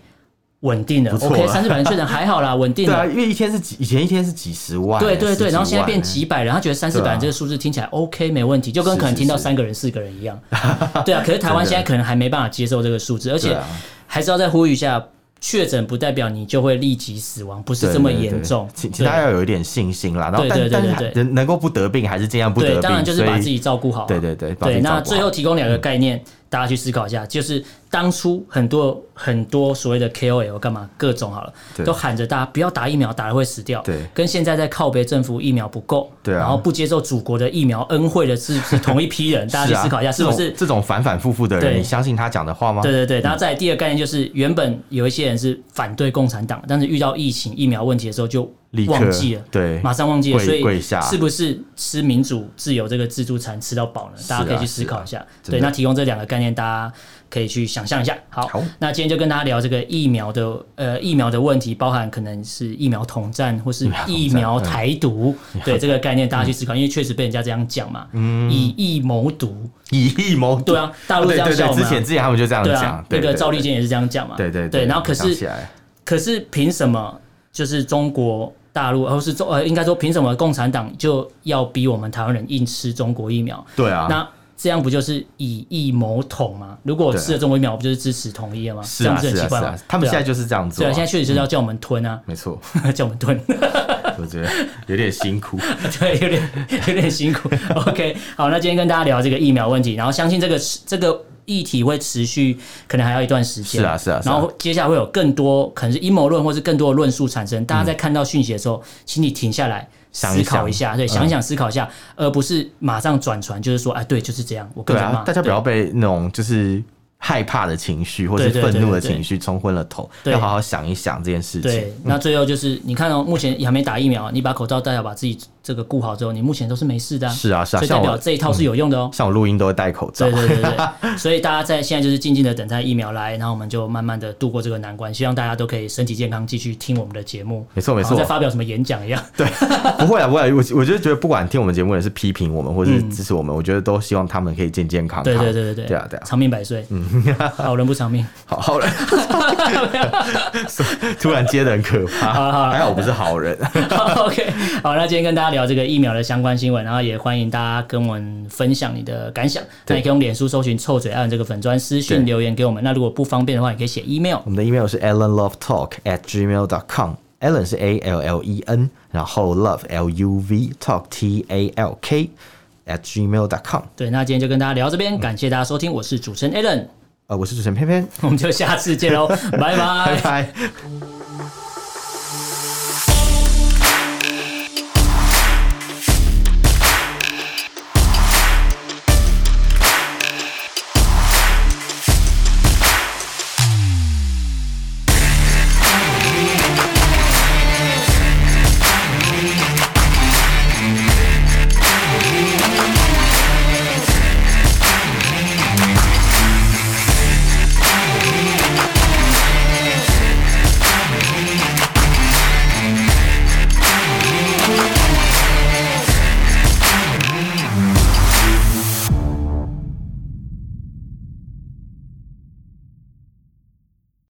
Speaker 2: 稳定了
Speaker 1: 不错啊
Speaker 2: ，OK，
Speaker 1: 了
Speaker 2: 三四百人确诊还好啦，稳定
Speaker 1: 对啊， [laughs]
Speaker 2: 了。
Speaker 1: 因为一天是几，以前一天是几十万，
Speaker 2: 对对
Speaker 1: 十几
Speaker 2: 对，
Speaker 1: 万
Speaker 2: 然后现在变
Speaker 1: 欸
Speaker 2: 几百人，他觉得三四百
Speaker 1: 对
Speaker 2: 人
Speaker 1: 啊
Speaker 2: 这个数字听起来 OK 没问题，就跟
Speaker 1: 是
Speaker 2: 可能
Speaker 1: 是
Speaker 2: 听到
Speaker 1: 是
Speaker 2: 三个人、四个人一样。对啊，可是台湾
Speaker 1: 真的
Speaker 2: 现在可能还没办法接受这个数字，
Speaker 1: 对
Speaker 2: 而且
Speaker 1: 啊
Speaker 2: 还是要再呼吁一下，确诊不代表你就会立即死亡，不是
Speaker 1: 对
Speaker 2: 这么
Speaker 1: 对
Speaker 2: 严
Speaker 1: 对
Speaker 2: 重。
Speaker 1: 请请
Speaker 2: 对
Speaker 1: 大家要有一点信心啦。然后
Speaker 2: 对
Speaker 1: 但
Speaker 2: 对对
Speaker 1: 但
Speaker 2: 对
Speaker 1: 是还
Speaker 2: 对
Speaker 1: 能能够不得病还是尽量不得
Speaker 2: 对，
Speaker 1: 病，
Speaker 2: 当然就是
Speaker 1: 所以
Speaker 2: 把自己照顾好啊。
Speaker 1: 对对对把自
Speaker 2: 对，
Speaker 1: 己照顾
Speaker 2: 那
Speaker 1: 好
Speaker 2: 最后提供两个概念，大家去思考一下，就是当初很多很多所谓的 KOL 干嘛各种好了，
Speaker 1: 对
Speaker 2: 都喊着大家不要打疫苗，打了会死掉。
Speaker 1: 对
Speaker 2: 跟现在在靠北政府疫苗不够，
Speaker 1: 对啊
Speaker 2: 然后不接受祖国的疫苗恩惠的是是同一批人，大
Speaker 1: [laughs] 是
Speaker 2: 家去
Speaker 1: 啊
Speaker 2: 思考一下是
Speaker 1: 这
Speaker 2: 不
Speaker 1: 种
Speaker 2: 是
Speaker 1: 这种反反复复的
Speaker 2: 对
Speaker 1: 人，你相信他讲的话吗？
Speaker 2: 对对对，然后再来第二个概念就是，原本有一些人是反对共产党，但是遇到疫情疫苗问题的时候就
Speaker 1: 立刻
Speaker 2: 忘记了，
Speaker 1: 对
Speaker 2: 马上忘记了，
Speaker 1: 跪
Speaker 2: 所以
Speaker 1: 跪下
Speaker 2: 是不是吃民主自由这个自助餐吃到饱呢？
Speaker 1: 是
Speaker 2: 大
Speaker 1: 啊
Speaker 2: 家可以去思考一下。
Speaker 1: 真的
Speaker 2: 对，那提供这两个概念，大家可以去想象一下。好，
Speaker 1: 好
Speaker 2: 那今天就跟大家聊这个疫苗的呃疫苗的问题，包含可能是疫苗统战或是疫
Speaker 1: 疫苗
Speaker 2: 苗
Speaker 1: 统战嗯
Speaker 2: 台独，对这个概念大家去思考，因为确实被人家这样讲嘛，以疫谋独，
Speaker 1: 以疫谋
Speaker 2: 对啊，大陆
Speaker 1: 嗯
Speaker 2: 这
Speaker 1: 对
Speaker 2: 样
Speaker 1: 对
Speaker 2: 笑
Speaker 1: 对，
Speaker 2: 我们
Speaker 1: 之
Speaker 2: 啊
Speaker 1: 前之前他们就这样
Speaker 2: 对
Speaker 1: 讲
Speaker 2: 啊，，
Speaker 1: 对
Speaker 2: 那个
Speaker 1: 对
Speaker 2: 赵立坚也是这样讲嘛。
Speaker 1: 对对
Speaker 2: 对，然后可
Speaker 1: 我想起
Speaker 2: 是
Speaker 1: 来
Speaker 2: 可是凭什么就是中国大陆，或是中呃，应该说凭什么共产党就要逼我们台湾人硬吃中国疫苗？
Speaker 1: 对啊，
Speaker 2: 那这样不就是以疫谋统吗？如果我吃了中国疫苗，我不就是支持统一了吗？
Speaker 1: 啊是
Speaker 2: 这样
Speaker 1: 啊
Speaker 2: 不是
Speaker 1: 是
Speaker 2: 很奇
Speaker 1: 啊是
Speaker 2: 怪吗
Speaker 1: 啊，？他们
Speaker 2: 对啊
Speaker 1: 现在就是这样做
Speaker 2: 对啊，
Speaker 1: 啊，
Speaker 2: 现在确实就是要叫我们吞啊， [laughs]
Speaker 1: 没错，
Speaker 2: 叫我们吞。
Speaker 1: 我觉得有点辛苦。
Speaker 2: [laughs] 对，有点有点辛苦。OK，好，那今天跟大家聊这个疫苗问题，然后相信这个这个议题会持续，可能还要一段时间。
Speaker 1: 是啊是啊是啊
Speaker 2: 然后接下来会有更多可能是阴谋论或是更多的论述产生。大家在看到讯息的时候，请你停下来。
Speaker 1: 嗯想
Speaker 2: 思
Speaker 1: 一
Speaker 2: 考
Speaker 1: 想嗯
Speaker 2: 一下，对，想一想，思考一下，而不是马上转传，就是说，哎，对，就是这样，我跟
Speaker 1: 对
Speaker 2: 着
Speaker 1: 啊
Speaker 2: 骂，。
Speaker 1: 大家不
Speaker 2: 对
Speaker 1: 要被那种就是害怕的情绪或是
Speaker 2: 对对对
Speaker 1: 愤怒的
Speaker 2: 对对
Speaker 1: 情绪冲昏了头，
Speaker 2: 对
Speaker 1: 要好好想一想这件事
Speaker 2: 对
Speaker 1: 情。，
Speaker 2: 那最后就是你看哦，目前还没打疫苗，你把口罩戴好，把自己这个顾好之后，你目前都是没事的啊。
Speaker 1: 是啊是啊
Speaker 2: 所以代
Speaker 1: 像我
Speaker 2: 表这一套是有用的哦。
Speaker 1: 像我录音都会戴口罩
Speaker 2: 对，对对
Speaker 1: [laughs]
Speaker 2: 对，所以大家在现在就是静静的等待疫苗来，然后我们就慢慢的度过这个难关。希望大家都可以身体健康，继续听我们的节目。
Speaker 1: 没错没
Speaker 2: 好像在
Speaker 1: 错，
Speaker 2: 发表什么演讲一样。
Speaker 1: [laughs] 不会啊，不会啊，我我就觉得不管听我们节目的人是批评我们，或者是支持我们，我觉得都希望他们可以健健康康。
Speaker 2: 嗯对对对对对，
Speaker 1: 对啊对啊，
Speaker 2: 长命百岁。
Speaker 1: [laughs]
Speaker 2: 好人不长命。 [laughs]
Speaker 1: 好好人，突然接的很可怕，
Speaker 2: [laughs] 好了好了
Speaker 1: 还好我不是好人。
Speaker 2: 好 OK，好，那今天跟大家聊这个疫苗的相关新闻，然后也欢迎大家跟我们分享你的感想。那
Speaker 1: 对
Speaker 2: 也可以用脸书搜寻“臭嘴案”这个粉砖私讯
Speaker 1: 对
Speaker 2: 留言给我们。那如果不方便的话，你可以写 email。
Speaker 1: 我们的 email 是 allenlovetalk at gmail dot com。Allen 是 A L L E N，然后 love L U V talk T A L K at gmail dot com。
Speaker 2: 对，那今天就跟大家聊到这边，
Speaker 1: 嗯
Speaker 2: 感谢大家收听，我是主持人 Alan， [laughs]
Speaker 1: 呃，我是主持人偏偏，
Speaker 2: 我们就下次见喽，拜
Speaker 1: 拜拜。